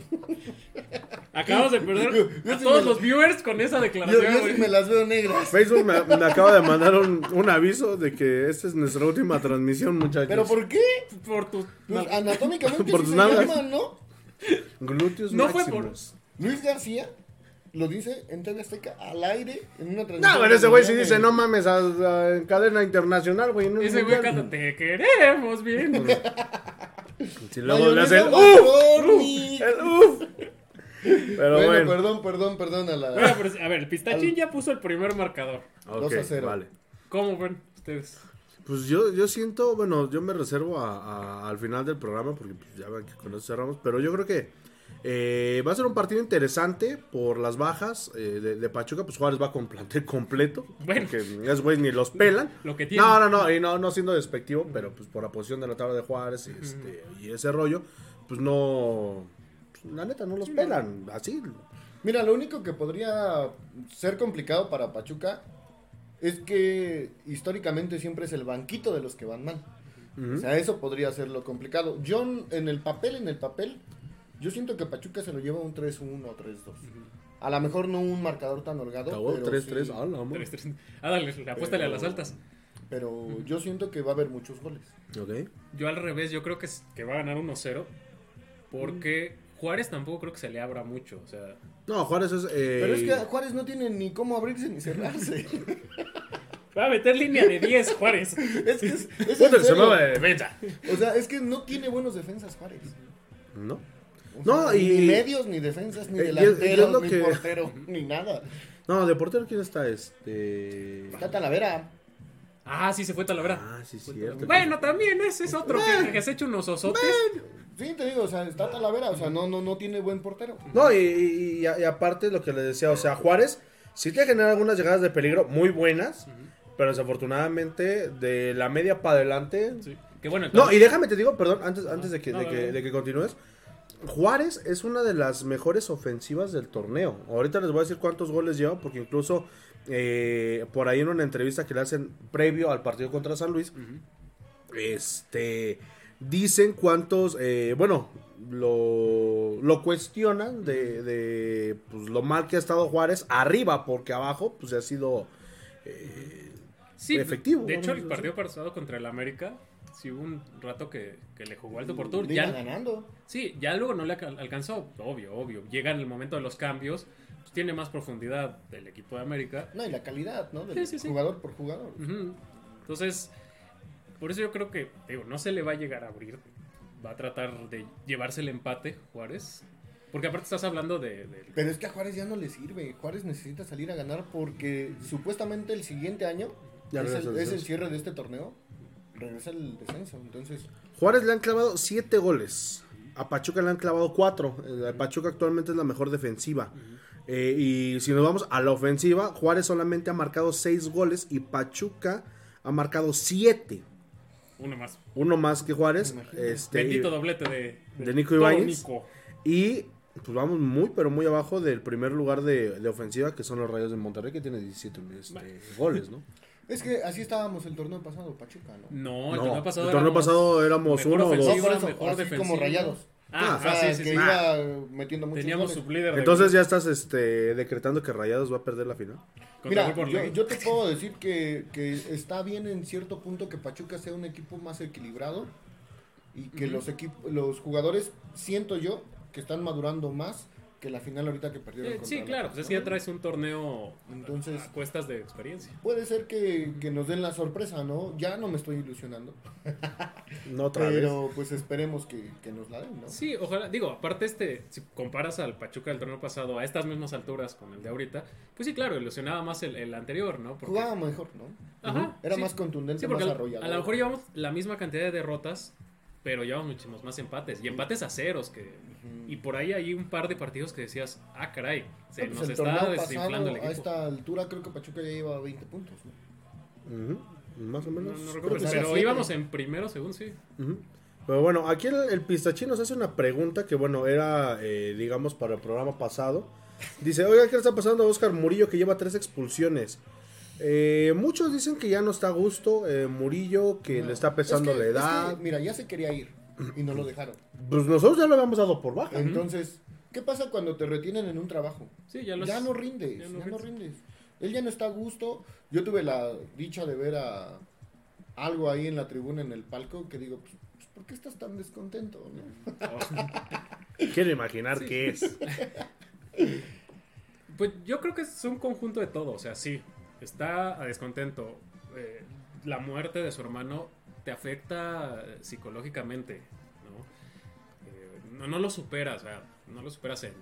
C: Acabamos de perder
B: Yo- yo
C: a
B: sí
C: todos
B: me-
C: los viewers con esa
B: Yo, yo sí
C: declaración,
B: me
C: güey.
B: las veo negras.
A: Facebook me, me acaba de mandar un, un aviso de que esta es nuestra última transmisión, muchachos.
B: ¿Pero por qué?
C: Por tu.
B: Pues, anatómicamente
A: Por
B: sí
A: tus
B: se
A: nalgas.
B: llaman, ¿no?
A: Glúteos
C: No fue por.
A: máximos.
B: Luis García lo dice en TV Azteca al aire en una transmisión.
A: No, pero ese güey sí
B: de-
A: dice, no mames, a, a- en cadena internacional, güey. no-
C: Ese
A: no-
C: güey canta, te queremos bien.
A: Si luego le
B: Mayonesa
A: hacen,
C: ¡Uh!
B: McCormick".
A: El uf. Pero
B: Bueno,
A: bueno.
B: perdón, perdón, perdón a
C: Bueno,
B: la.
C: pero, a ver, el pistachín ya puso el primer marcador.
A: Ok,
B: 2 a 0.
A: Vale.
C: ¿Cómo ven ustedes?
A: Pues yo, yo siento, bueno, yo me reservo a- a- al final del programa porque pues, ya ven que con eso cerramos, pero yo creo que eh, va a ser un partido interesante por las bajas eh, de, de Pachuca, pues Juárez va con plantel completo,
C: Bueno.
A: porque es güey ni los pelan.
C: Lo que tiene.
A: No, no, no, y no, no siendo despectivo, pero pues por la posición de la tabla de Juárez y, este, y ese rollo, pues no, pues, la neta no los pelan, así.
B: Mira, lo único que podría ser complicado para Pachuca es que históricamente siempre es el banquito de los que van mal. O sea, eso podría ser lo complicado. Yo n- en el papel, en el papel, yo siento que Pachuca se lo lleva un 3-1 o 3-2. A lo mejor no un marcador tan holgado.
A: Acabó
B: pero
A: 3-3,
B: sí-
A: ah, la madre.
C: Tres, tres. Ah, dale, apuéstale a las altas.
B: Pero yo siento que va a haber muchos goles.
A: Ok.
C: Yo al revés, yo creo que, es- que va a ganar 1-0. Porque Juárez tampoco creo que se le abra mucho. O sea,
A: No, Juárez es... eh,
B: Pero es que Juárez no tiene ni cómo abrirse ni cerrarse.
C: va a meter línea de 10 Juárez.
B: es que es, es en
A: Puta que se
B: serio.
A: mueva de defensa.
B: O sea, es que no tiene buenos defensas Juárez.
A: No.
B: O
A: No,
B: sea,
A: y-
B: Pues, Ni medios, ni defensas, ni
A: Eh, y es- y es
B: delanteros,
A: lo
B: ni
A: que-
B: portero, ni nada.
A: No, de portero, ¿quién está? Este.
B: Está Talavera.
C: Ah, sí, se fue Talavera.
A: Ah, sí, cierto.
C: Bueno, también ese es otro que, que se ha hecho unos osotes.
B: Sí, te digo, o sea, está Talavera. O sea, no, no, no tiene buen portero.
A: No, y, y- y a- y aparte lo que le decía, o sea, Juárez sí te genera algunas llegadas de peligro muy buenas, pero desafortunadamente de la media para adelante.
C: Sí. Que bueno,
A: No,
C: entonces-
A: y déjame te digo, perdón, antes, antes de, que,
C: No,
A: de,
C: no,
A: que,
C: no.
A: de que continúes. Juárez es una de las mejores ofensivas del torneo. Ahorita les voy a decir cuántos goles lleva, porque incluso eh, por ahí en una entrevista que le hacen previo al partido contra San Luis, este dicen cuántos eh, bueno lo, lo cuestionan de, de, pues, lo mal que ha estado Juárez arriba porque abajo pues ha sido eh,
C: sí,
A: efectivo,
C: De hecho,
A: vamos
C: el
A: a
C: partido pasado contra el América, sí hubo un rato que, que le jugó alto por tour.
B: Le iba
C: Ya,
B: ganando.
C: Sí, ya luego no le alca- alcanzó, obvio, obvio. Llega en el momento de los cambios, pues, tiene más profundidad el equipo de América.
B: No, y la calidad, ¿no? Del
C: Sí, sí, sí.
B: jugador por jugador.
C: Ujú. Entonces, por eso yo creo que, digo, no se le va a llegar a abrir. Va a tratar de llevarse el empate, Juárez. Porque aparte estás hablando de... de-
B: Pero es que a Juárez ya no le sirve. Juárez necesita salir a ganar porque supuestamente el siguiente año
A: Ya
B: es,
A: regresa el
B: el, es el
A: descenso.
B: cierre de este torneo. Regresa el descenso. Entonces,
A: Juárez le han clavado siete goles a Pachuca le han clavado cuatro Eh, Pachuca actualmente es la mejor defensiva Eh, y si nos vamos a la ofensiva Juárez solamente ha marcado seis goles y Pachuca ha marcado siete
C: Uno más.
A: uno más que Juárez
B: Me imagino.
A: este y-
C: Bendito doblete de...
A: de Nico
C: todo
A: Ibáñez.
C: Nico.
A: Y pues vamos muy, pero muy abajo del primer lugar de, de ofensiva, que son los Rayos de Monterrey, que tiene 17 este, goles, ¿no?
B: es que así estábamos el torneo pasado, Pachuca, ¿no?
C: No, el
A: No,
C: torneo pasado...
A: el torneo
C: éramos
A: pasado éramos
C: mejor
A: uno o dos.
B: No,
C: ofensiva,
B: por eso,
C: mejor
B: así
C: defensiva.
B: como rayados.
C: Ah,
B: o
C: ah,
B: sea,
C: sí, sí,
B: que
C: sí. Ah.
B: iba metiendo muchos
C: Teníamos
B: goles.
C: su líder de-
A: Entonces ya estás este, decretando que Rayados va a perder la final.
C: contra
B: Mira,
C: Grupo
B: yo,
C: Orlegui.
B: yo te puedo decir que, que está bien en cierto punto que Pachuca sea un equipo más equilibrado y que los, equip- los jugadores, siento yo, que están madurando más que la final ahorita que perdieron.
C: Eh,
B: contra
C: sí,
B: la
C: claro, pues es que ya traes un torneo
B: Entonces-
C: Entonces, a cuestas de experiencia.
B: Puede ser que, que nos den la sorpresa, ¿no? Ya no me estoy ilusionando.
A: No otra vez.
B: pero pues esperemos que, que nos la den, ¿no?
C: Sí, ojalá, digo, aparte este, si comparas al Pachuca del torneo pasado a estas mismas alturas con el de ahorita, pues sí, claro, ilusionaba más el, el anterior, ¿no? Porque-
B: Jugaba mejor, ¿no?
C: Ajá,
B: Era
C: sí.
B: más contundente,
C: Sí,
B: más
C: porque a,
B: arrollador.
C: a lo mejor llevamos la misma cantidad de derrotas, pero llevamos muchísimos más empates. Y empates a ceros. que Y por ahí hay un par de partidos que decías, ah, caray, se
B: Pues
C: nos
B: el
C: está
B: torneo
C: desinflando
B: pasado,
C: el
B: a
C: equipo.
B: esta altura, creo que Pachuca ya lleva 20 puntos. ¿no?
A: Ujú, Más o
C: No, no
A: menos.
C: recuerdo,
B: que era
C: pero
B: siete.
C: íbamos en primero, según sí.
A: Ujú. Pero bueno, aquí el, el pistachín nos hace una pregunta que, bueno, era, eh, digamos, para el programa pasado. Dice, oiga, ¿qué le está pasando a Oscar Murillo que lleva tres expulsiones? Eh, muchos dicen que ya no está a gusto eh, Murillo, que le está pesando
B: Es que-
A: la
B: es que,
A: edad.
B: mira, ya se quería ir y no lo dejaron.
A: Pues nosotros ya lo habíamos dado por baja.
B: Entonces, ¿qué pasa cuando te retienen en un trabajo?
C: Sí,
B: Ya,
C: ya, los,
B: no rindes,
C: ya
B: ya,
C: no
B: no, rindes. Él ya no está a gusto. Yo tuve la dicha de ver a algo ahí en la tribuna, en el palco, que digo, pues, pues, ¿por qué estás tan descontento? no?
C: Oh,
A: Quiero imaginar
C: Eh, Sí.
A: qué es.
C: Pues yo creo que es un conjunto de todo. O sea, sí, está a descontento. eh, la muerte de su hermano te afecta eh, psicológicamente, ¿no? Eh, no, no lo superas, o sea, no lo superas en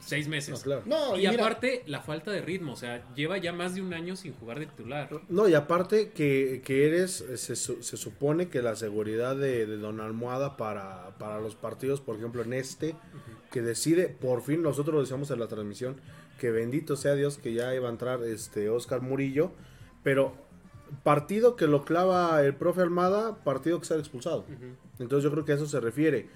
C: seis meses.
A: No, claro.
B: No,
C: y
B: y mira,
C: aparte, la falta de ritmo. O sea, lleva ya más de un año sin jugar de titular.
A: No, y aparte que, que eres, eh, se, su- se supone que la seguridad de, de Don Almohada para, para los partidos, por ejemplo en este, que decide, por fin nosotros lo decíamos en la transmisión, que bendito sea Dios que ya iba a entrar este Oscar Murillo, pero partido que lo clava el profe Almada, partido que sale expulsado. Entonces yo creo que a eso se refiere.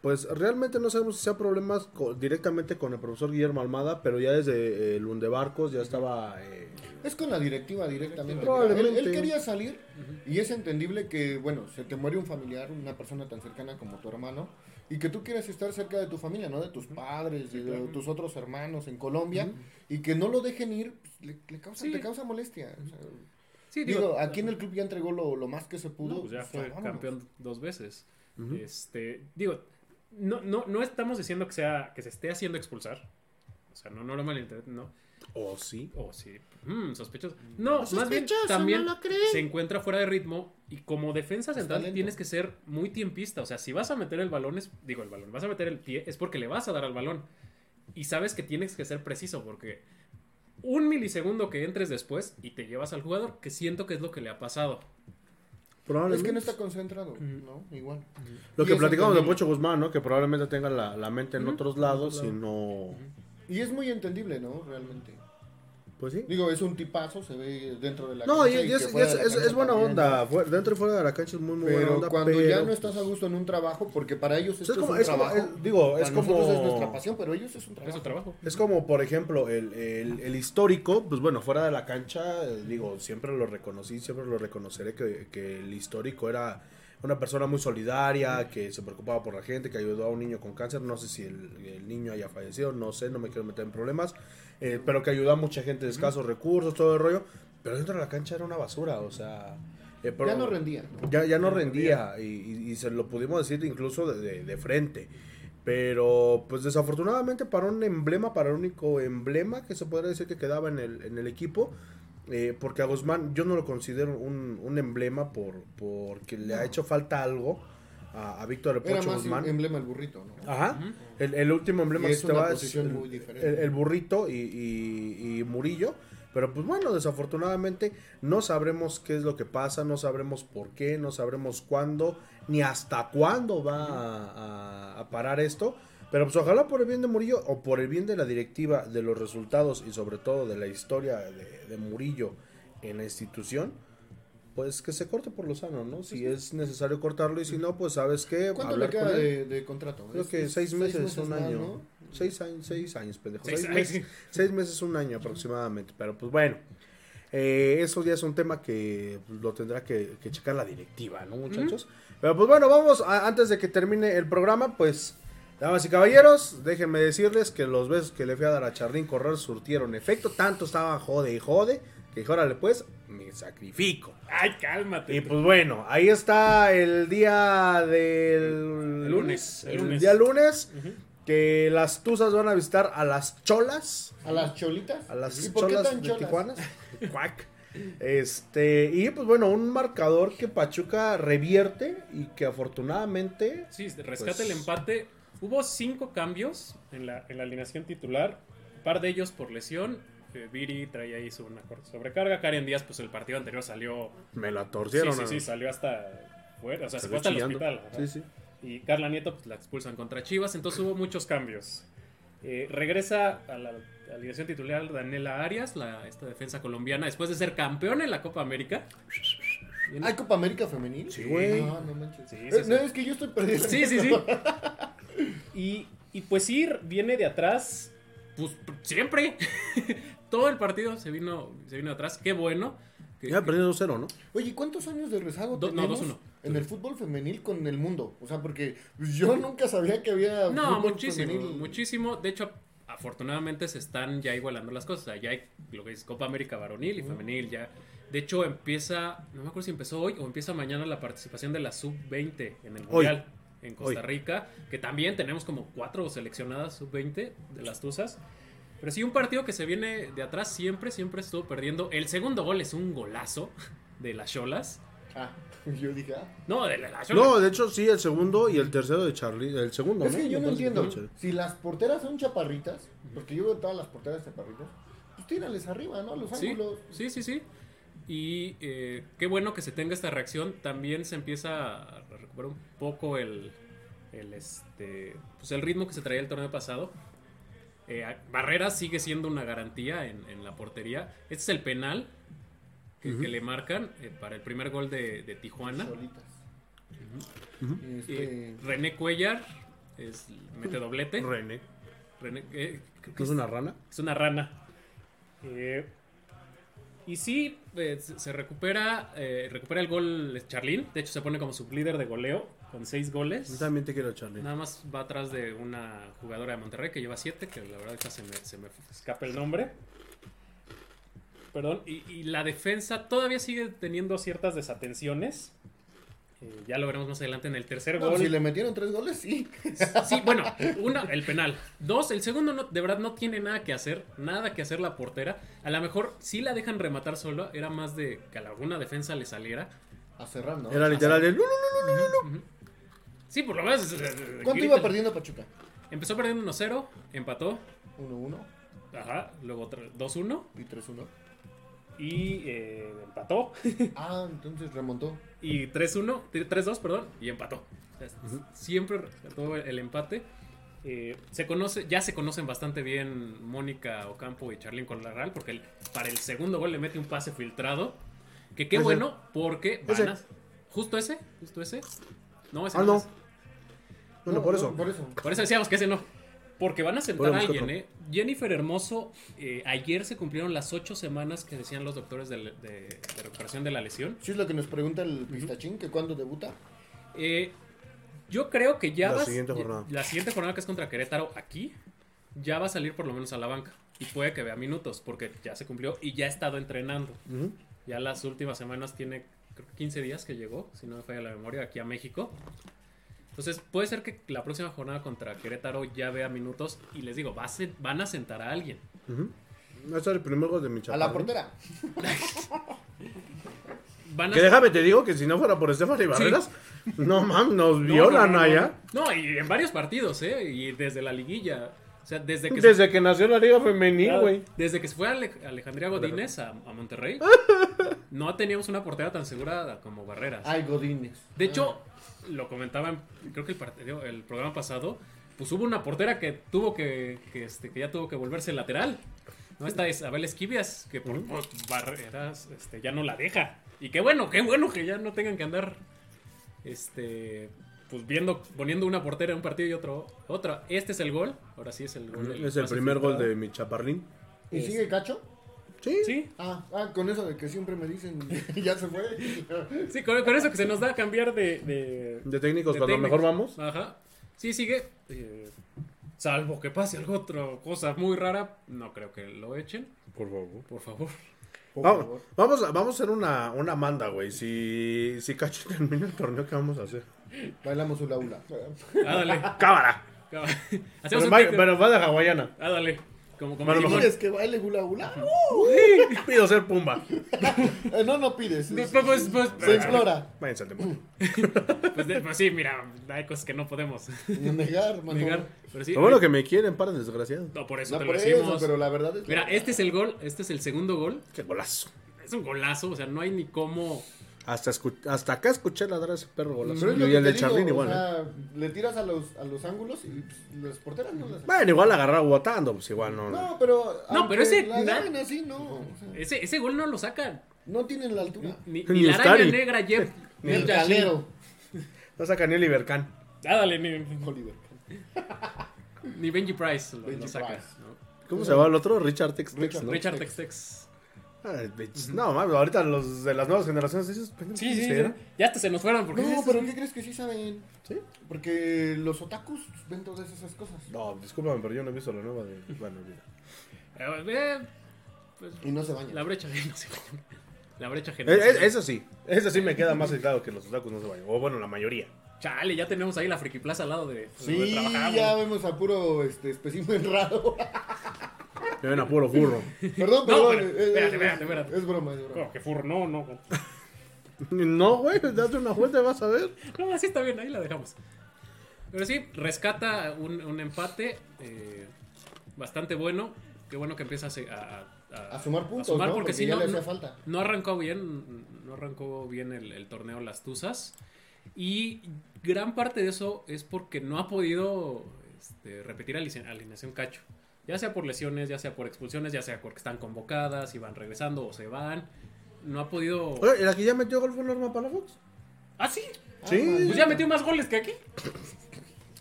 A: Pues realmente no sabemos si sea problemas co- directamente con el profesor Guillermo Almada, pero ya desde eh, el Lundebarcos ya estaba... eh,
B: es con la directiva directamente.
A: Directiva.
B: Mira, él- Él,
A: Probablemente.
B: quería salir y es entendible que, bueno, se te muere un familiar, una persona tan cercana como tu hermano, y que tú quieres estar cerca de tu familia, ¿no? De tus padres, de,
C: claro.
B: tus otros hermanos en Colombia, y que no lo dejen ir, pues, le, le causa,
C: Sí.
B: te causa molestia. o sea,
C: Sí,
B: Digo, aquí en el club ya entregó lo, lo más que se pudo.
C: No, pues ya
B: O sea,
C: fue
B: vámonos.
C: campeón dos veces.
A: Ujú.
C: Este, digo, no, no, no estamos diciendo que sea, que se esté haciendo expulsar. O sea, no, no lo malinterpreten, no.
A: ¿O sí?
C: O sí. mm, sospechoso. No, más bien
B: Sospechoso,
C: también
B: no lo creen.
C: se encuentra fuera de ritmo. Y como defensa central
B: lento.
C: tienes que ser muy tiempista. O sea, si vas a meter el balón, es, digo el balón, vas a meter el pie, es porque le vas a dar al balón. Y sabes que tienes que ser preciso porque un milisegundo que entres después y te llevas al jugador, que siento que es lo que le ha pasado.
B: Es
A: Probablemente.
B: que no está concentrado, ¿no? Igual.
A: Lo
B: Y
A: que
B: es
A: platicamos de
B: entendible.
A: Pocho Guzmán, ¿no? Que probablemente tenga la, la mente en otros lados, y no...
B: Y es muy entendible, ¿no? Realmente.
A: Pues sí.
B: Digo, es un tipazo, se ve dentro de la
A: No, y,
B: cancha
A: y
B: que
A: es,
B: fuera
A: es-
B: de la
A: es-
B: cancha
A: es buena
B: también.
A: onda. Fue- dentro y fuera de la cancha es muy, muy buena
B: Pero
A: onda.
B: cuando
A: pero- pues
B: ya no estás a gusto en un trabajo, porque para ellos
A: Es
B: esto es,
A: como-
B: un
A: es como-
B: trabajo.
A: es- digo, es
B: para nosotros
A: como-
B: es nuestra pasión, pero ellos es un trabajo.
C: Es su trabajo.
A: Es como, por ejemplo, el, el- el histórico, pues bueno, fuera de la cancha, eh, digo, siempre lo reconocí, siempre lo reconoceré que, que el histórico era una persona muy solidaria, que se preocupaba por la gente, que ayudó a un niño con cáncer, no sé si el, el niño haya fallecido, no sé, no me quiero meter en problemas, eh, pero que ayudó a mucha gente de escasos recursos, todo el rollo, pero dentro de la cancha era una basura, o sea... eh, pero-
B: Ya no rendía.
A: ya, ya no rendía y, y- y se lo pudimos decir incluso de, de- de frente. Pero pues desafortunadamente para un emblema, para el único emblema que se podría decir que quedaba en el, en el equipo, eh, porque a Guzmán yo no lo considero un, un emblema por porque le ha hecho falta algo a, a Víctor El
B: Era
A: Pocho
B: más
A: Guzmán.
B: emblema el burrito, ¿no?
A: Ajá. el, el último emblema
B: Y
A: que
B: es
A: se
B: una
A: va es
B: posición
A: el,
B: muy diferente.
A: el- el burrito y, y- y Murillo. Pero pues bueno, desafortunadamente no sabremos qué es lo que pasa, no sabremos por qué, no sabremos cuándo, ni hasta cuándo va a, a- a parar esto. Pero pues ojalá por el bien de Murillo o por el bien de la directiva, de los resultados y sobre todo de la historia de, de Murillo en la institución, pues que se corte por lo sano, ¿no? Si es necesario cortarlo y si no, pues sabes qué,
B: ¿Cuánto
A: Hablar
B: le queda
A: con él.
B: de, de contrato?
A: Creo
B: Es-
A: que
B: es
A: seis meses, un
B: más,
A: año.
B: ¿no?
A: Seis años, seis años, pendejo.
C: Seis
A: Seis,
C: años.
A: meses, seis meses, un año aproximadamente. Pero pues bueno, eh, eso ya es un tema que pues, lo tendrá que, que checar la directiva, ¿no, muchachos? Pero pues bueno, vamos, a- antes de que termine el programa, pues, damas y caballeros, déjenme decirles que los besos que le fui a dar a Charlín Correr surtieron efecto. Tanto estaba jode y jode, que dije, órale, pues, me sacrifico.
C: Ay, cálmate.
A: Y pues bueno, ahí está el día del
C: Lunes, el
A: el
C: lunes.
A: día lunes.
C: Ujú.
A: Que que las Tuzas van a visitar a las Cholas.
B: ¿A las cholitas?
A: A las
B: ¿Y por qué
A: Cholas
B: tan
A: de
B: cholas?
A: Tijuana. Cuac. Este, y pues bueno, un marcador que Pachuca revierte y que afortunadamente
C: Sí, rescata
A: Pues-
C: el empate. Hubo cinco cambios en la, en la alineación titular, un par de ellos por lesión. Eh, Viri traía ahí su- una cor- sobrecarga. Karen Díaz, pues el partido anterior salió.
A: me la
C: Sí,
A: torcieron.
C: sí,
A: ¿no?
C: sí, salió hasta fuera, o sea, se
A: Salió
C: fue hasta el
A: chillando.
C: hospital. ajá.
A: Sí, sí.
C: Y Carla Nieto, pues la expulsan contra Chivas, entonces hubo muchos cambios. Eh, regresa a la alineación titular Daniela Arias, la, esta defensa colombiana, después de ser campeona en la Copa América. Viene-
B: ¿Hay Copa América femenil?
A: Sí, güey.
B: No, no manches.
C: Sí,
B: Eh,
C: sí, sí.
B: no, es que yo estoy perdido.
C: Sí, sí, sí. Y, y pues sí, viene de atrás, pues siempre. Todo el partido se vino, se vino de atrás. Qué bueno. Que-
A: Ya perdido 2-0, ¿no?
B: Oye, ¿cuántos años de rezago
C: Do- no,
B: tenemos
C: dos, uno.
B: en el fútbol femenil con el mundo? O sea, porque yo nunca sabía que había
C: no,
B: fútbol
C: muchísimo,
B: femenil.
C: muchísimo. De hecho, afortunadamente se están ya igualando las cosas. O sea, ya hay lo que es Copa América varonil y femenil ya. De hecho, empieza, no me acuerdo si empezó hoy o empieza mañana la participación de la sub-20 en el
A: Hoy.
C: Mundial en Costa
A: Hoy.
C: Rica, que también tenemos como cuatro seleccionadas sub-20 de las Tuzas. Pero sí, un partido que se viene de atrás siempre, siempre estuvo perdiendo. El segundo gol es un golazo de las Cholas.
B: Ah, yo dije, ah.
C: No, de las Cholas.
A: No, de hecho sí, el segundo y el tercero de Charlie, el segundo.
B: Es que yo no
A: Entonces,
B: entiendo.
A: Charlie.
B: Si las porteras son chaparritas, porque yo veo todas las porteras chaparritas, pues tírales arriba, ¿no? A Los
C: Sí,
B: ángulos.
C: sí, sí, sí. Y eh, qué bueno que se tenga esta reacción. También se empieza a recuperar un poco el, el, este, pues el ritmo que se traía el torneo pasado. Eh, a- Barrera sigue siendo una garantía en, en la portería. Este es el penal que, que le marcan eh, para el primer gol de, de Tijuana.
B: Solitas.
A: Ujú.
B: Este,
C: Eh, René Cuellar es, mete doblete.
A: René.
C: René, eh, creo que
A: ¿No es una rana?
C: es una rana. Eh, y sí, eh, se se recupera, eh, recupera el gol Charlín. De hecho, se pone como sublíder de goleo con seis
A: Yo
C: goles.
A: también te quiero Charlie.
C: Nada más va atrás de una jugadora de Monterrey que lleva siete, que la verdad ahorita se me, se me escapa el nombre. Perdón, y, y la defensa todavía sigue teniendo ciertas desatenciones. Eh, ya lo veremos más adelante en el tercer
B: no,
C: gol.
B: pues, si le metieron tres goles, sí.
C: Sí, bueno, uno, el penal. Dos, el segundo no, de verdad no tiene nada que hacer, nada que hacer la portera. A lo mejor sí la dejan rematar sola, era más de que a alguna defensa le saliera.
B: A cerrar, ¿no?
A: Era literal el...
C: Sí, por lo menos. eh,
B: ¿Cuánto
C: grita.
B: iba perdiendo Pachuca?
C: Empezó perdiendo 1-0, empató,
B: 1-1
C: ajá, luego otra- 2-1
B: y 3-1.
C: y eh, empató.
B: Ah, entonces remontó.
C: Y 3-1, 3-2, perdón, y empató. O sea, Siempre rescató el empate. Eh, se conoce, ya se conocen bastante bien Mónica Ocampo y Charlín Corral porque el- para el segundo gol le mete un pase filtrado. Que qué
A: Ese.
C: bueno, porque van
A: Ese.
C: a- Justo ese, justo ese. No, ese
A: Ah,
C: no.
A: no.
C: es.
A: Bueno,
B: No,
A: por
B: no,
A: eso.
B: por eso.
C: Por eso decíamos que ese no. Porque van a sentar
A: Bueno,
C: a
A: busca
C: alguien,
A: otro.
C: ¿eh? Jennifer Hermoso, eh, ayer se cumplieron las ocho semanas que decían los doctores de, le- de- de recuperación de la lesión.
B: Sí es lo que nos pregunta el pistachín, que cuándo debuta.
C: Eh, yo creo que ya
A: La
C: vas-
A: siguiente jornada.
C: La siguiente jornada que es contra Querétaro aquí, ya va a salir por lo menos a la banca. Y puede que vea minutos, porque ya se cumplió y ya ha estado entrenando.
A: Ujú.
C: Ya las últimas semanas tiene creo que 15 días que llegó, si no me falla la memoria, aquí a México. Entonces puede ser que la próxima jornada contra Querétaro ya vea minutos y les digo, va a sen- van a sentar a alguien.
A: Ujú. Ese es el primer gol de mi
B: A
A: chaparro.
B: la portera.
C: Van a
A: Que déjame te digo que si no fuera por Estefan y Barreras, no mames, nos
C: No,
A: violan
C: no, no,
A: allá.
C: No, no, y en varios partidos, ¿eh? Y desde la liguilla. O sea, desde que se-
A: Desde que nació la Liga Femenil,
C: Claro.
A: güey.
C: Desde que se fue Ale- Alejandría Godínez a, a Monterrey, no teníamos una portera tan segura como Barreras.
B: Ay, Godínez.
C: De hecho, lo comentaban, creo que el, partido- el programa pasado, pues hubo una portera que tuvo que, que, este, que ya tuvo que volverse lateral. No está Isabel Esquivias, que por pues, Barreras este, ya no la deja. Y qué bueno, qué bueno que ya no tengan que andar este pues viendo poniendo una portera en un partido y otro otra. Este es el gol, ahora sí es el gol. del
A: Es el
C: pase
A: primer gol
C: filtrado.
A: de mi chaparlín.
B: ¿Y
C: Es-
B: sigue Cacho?
A: Sí.
C: Sí,
B: Ah, ah, con eso de que siempre me dicen, ya se fue.
C: Sí, con, con eso que se nos da cambiar de. de,
A: De técnicos, Pues
C: de
A: cuando
C: técnicos.
A: mejor vamos.
C: Ajá. Sí, sigue. Eh, salvo que pase algo otra cosa muy rara, no creo que lo echen.
A: Por favor.
C: Por favor.
B: Por
A: Vamos,
B: favor.
A: vamos, a, vamos a hacer una, una manda, güey. Si, si Cacho termina el torneo, ¿qué vamos a hacer?
B: Bailamos hula hula.
C: Ah, dale.
A: ¡Cámara!
C: Acaba- Hacemos
A: Pero,
C: un
A: va-
C: break de-
A: pero va de hawaiana.
C: Ah, dale. Como, como
A: Bueno,
C: Digimon.
B: ¿Quieres que baile hula hula?
C: Uh.
A: Pido ser Pumba.
B: Eh, no, no pides.
C: Pues, pues, pues,
B: Se explora.
A: Váyanse al demonio.
C: pues, de- pues sí, mira, hay cosas que no podemos
B: Negar, mano.
C: negar. Pero sí, eh,
A: Lo bueno que me quieren, para desgraciado.
C: no, por eso
B: No
C: te
B: por
C: lo
B: eso,
C: decimos.
B: pero la verdad es.
C: Mira, este es el gol, este es el segundo gol.
A: Qué golazo.
C: Es un golazo, o sea, no hay ni cómo.
A: Hasta, escu- hasta acá escuché ladrar a ese perro golazo.
B: Pero es lo
A: y
B: que
A: el
B: te
A: de
B: digo,
A: Charlín
B: o
A: igual. ¿eh?
B: sea, Le tiras a los, a los ángulos y pues, las porteras no las.
A: Bueno, igual agarrar guatando, pues igual no. no.
B: No, pero.
C: No,
B: aunque
C: pero ese-
B: La
C: na-
B: ganan así, no. o sea,
C: Ese, ese gol no lo sacan.
B: no tienen la altura.
C: Ni,
A: Ni
C: ni la araña
A: Ustari.
C: negra, Jeff.
B: Ni el
C: Jeff Yashin.
B: calero.
A: No saca ni el Ibercán.
C: Ah, dale, ni,
B: Oliver.
C: ni Benji Price lo, lo
B: Benji
C: saca.
B: Price.
C: ¿no?
A: ¿Cómo se llama el otro? Richard Tex Tex,
B: Richard.
A: ¿no?
C: Richard Textex.
A: Ah, bitch. No, mames, ahorita los de las nuevas generaciones, esos pendejos
C: Sí, sí,
A: se-
C: sí. Ya hasta se nos fueron porque
B: No,
C: esos-
B: pero ¿qué crees que sí saben?
A: ¿Sí?
B: Porque los otakus ven todas esas cosas.
A: No, discúlpame, pero yo no he visto la nueva de. Bueno, olvida.
C: Eh, pues,
B: Y no se bañan.
C: la brecha no sé. La brecha
A: Eh, eh,
C: generacional.
A: eso sí, eso sí me queda más aislado que los otakus no se vayan. O bueno, la mayoría.
C: Chale, ya tenemos ahí la friki plaza al lado de donde
B: Sí,
C: pues, trabajamos.
B: ya vemos a puro este, espécimen raro.
A: Me ven a puro furro.
B: perdón, perdón.
C: pero-
B: eh, eh,
C: espérate,
B: es-
C: espérate, espérate.
B: Es broma, es broma.
C: Como que fur, no, no.
A: no, güey, date una vuelta y vas a ver.
C: No, así está bien, ahí la dejamos. Pero sí, rescata un, un empate eh, bastante bueno. Qué bueno que empieza a, se- a, a-
B: A sumar puntos,
C: a sumar,
B: ¿no?
C: porque
B: Porque
C: si
B: ya
C: no,
B: le hacía
C: no-
B: falta.
C: no arrancó bien, no arrancó bien el, el torneo Las Tuzas. Y gran parte de eso es porque no ha podido este, repetir alice- alineación cacho. Ya sea por lesiones, ya sea por expulsiones, ya sea porque están convocadas y van regresando o se van. No ha podido...
A: Oye, ¿la que ya metió gol fue Norma Palafox?
C: ¿Ah, sí?
A: Sí.
B: Ah,
C: Pues ya metió más goles que aquí.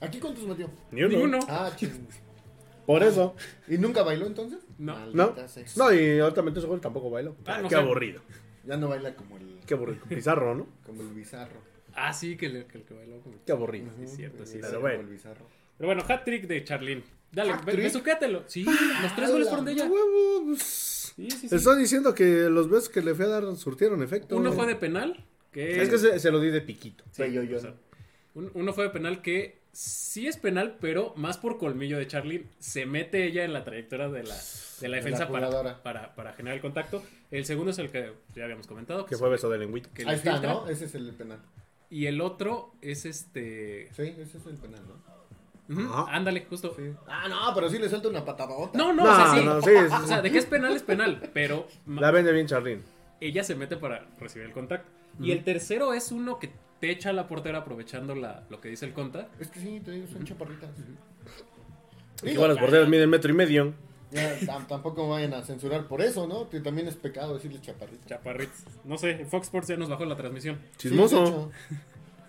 B: ¿Aquí cuántos metió?
A: Ni uno.
C: Ninguno.
B: Ah, ching.
A: Por eso.
B: ¿Y nunca bailó entonces?
C: No.
A: No,
B: Maldita sea.
A: no, y ahorita metió ese gol tampoco bailó.
C: Ah, no
A: qué
C: sé.
A: aburrido.
B: Ya no baila como el,
A: Qué aburrido. Pizarro, ¿no?
B: como el bizarro.
C: Ah, sí, que, le- que el que bailó con-
A: Qué aburrido.
C: Sí, es cierto, sí.
B: Baila
A: Pero
C: Pero,
B: como
A: bueno.
B: el bizarro.
C: bueno, hat trick de Charlene. Dale,
B: ¿Hat
C: be-
B: trick?
C: besuquéatelo. Sí, los tres goles fueron de ella.
A: Huevo, pues.
C: Sí, sí, sí.
A: Estoy diciendo que los besos que le fui a dar surtieron efecto.
C: Uno fue de penal. Que...
A: Es que se, se lo di de piquito.
C: Sí,
B: Pero yo-
C: o sea, un- uno fue de penal que sí es penal, pero más por colmillo de Charlene. Se mete ella en la trayectoria de la, de la
B: De la
C: defensa para,
B: jugadora.
C: para, para generar el contacto. El segundo es el que ya habíamos comentado.
A: Que fue beso de lengüita.
C: que le
B: Ahí está,
C: filtra.
B: ¿no? Ese es el penal.
C: Y el otro es este.
B: Sí, ese es el penal, ¿no?
C: Ujú,
A: Ajá.
C: Ándale, justo.
B: Sí. Ah, no, pero sí le suelta una patadota.
C: No, no,
A: No,
C: o sea, sí.
A: no, sí, sí,
C: O sea, de que es penal es penal, pero ma-
A: La vende bien Charlín.
C: ella se mete para recibir el contacto. Y el tercero es uno que te echa la portera aprovechando la, lo que dice el conta.
B: Es que sí, te digo, son chaparritas. Digo,
A: Igual los borderos miden metro y medio.
B: ya, tam- tampoco me vayan a censurar por eso, ¿no? Que también es pecado decirle chaparritas.
C: Chaparritos. No sé, Fox Sports ya nos bajó la transmisión.
A: Chismoso.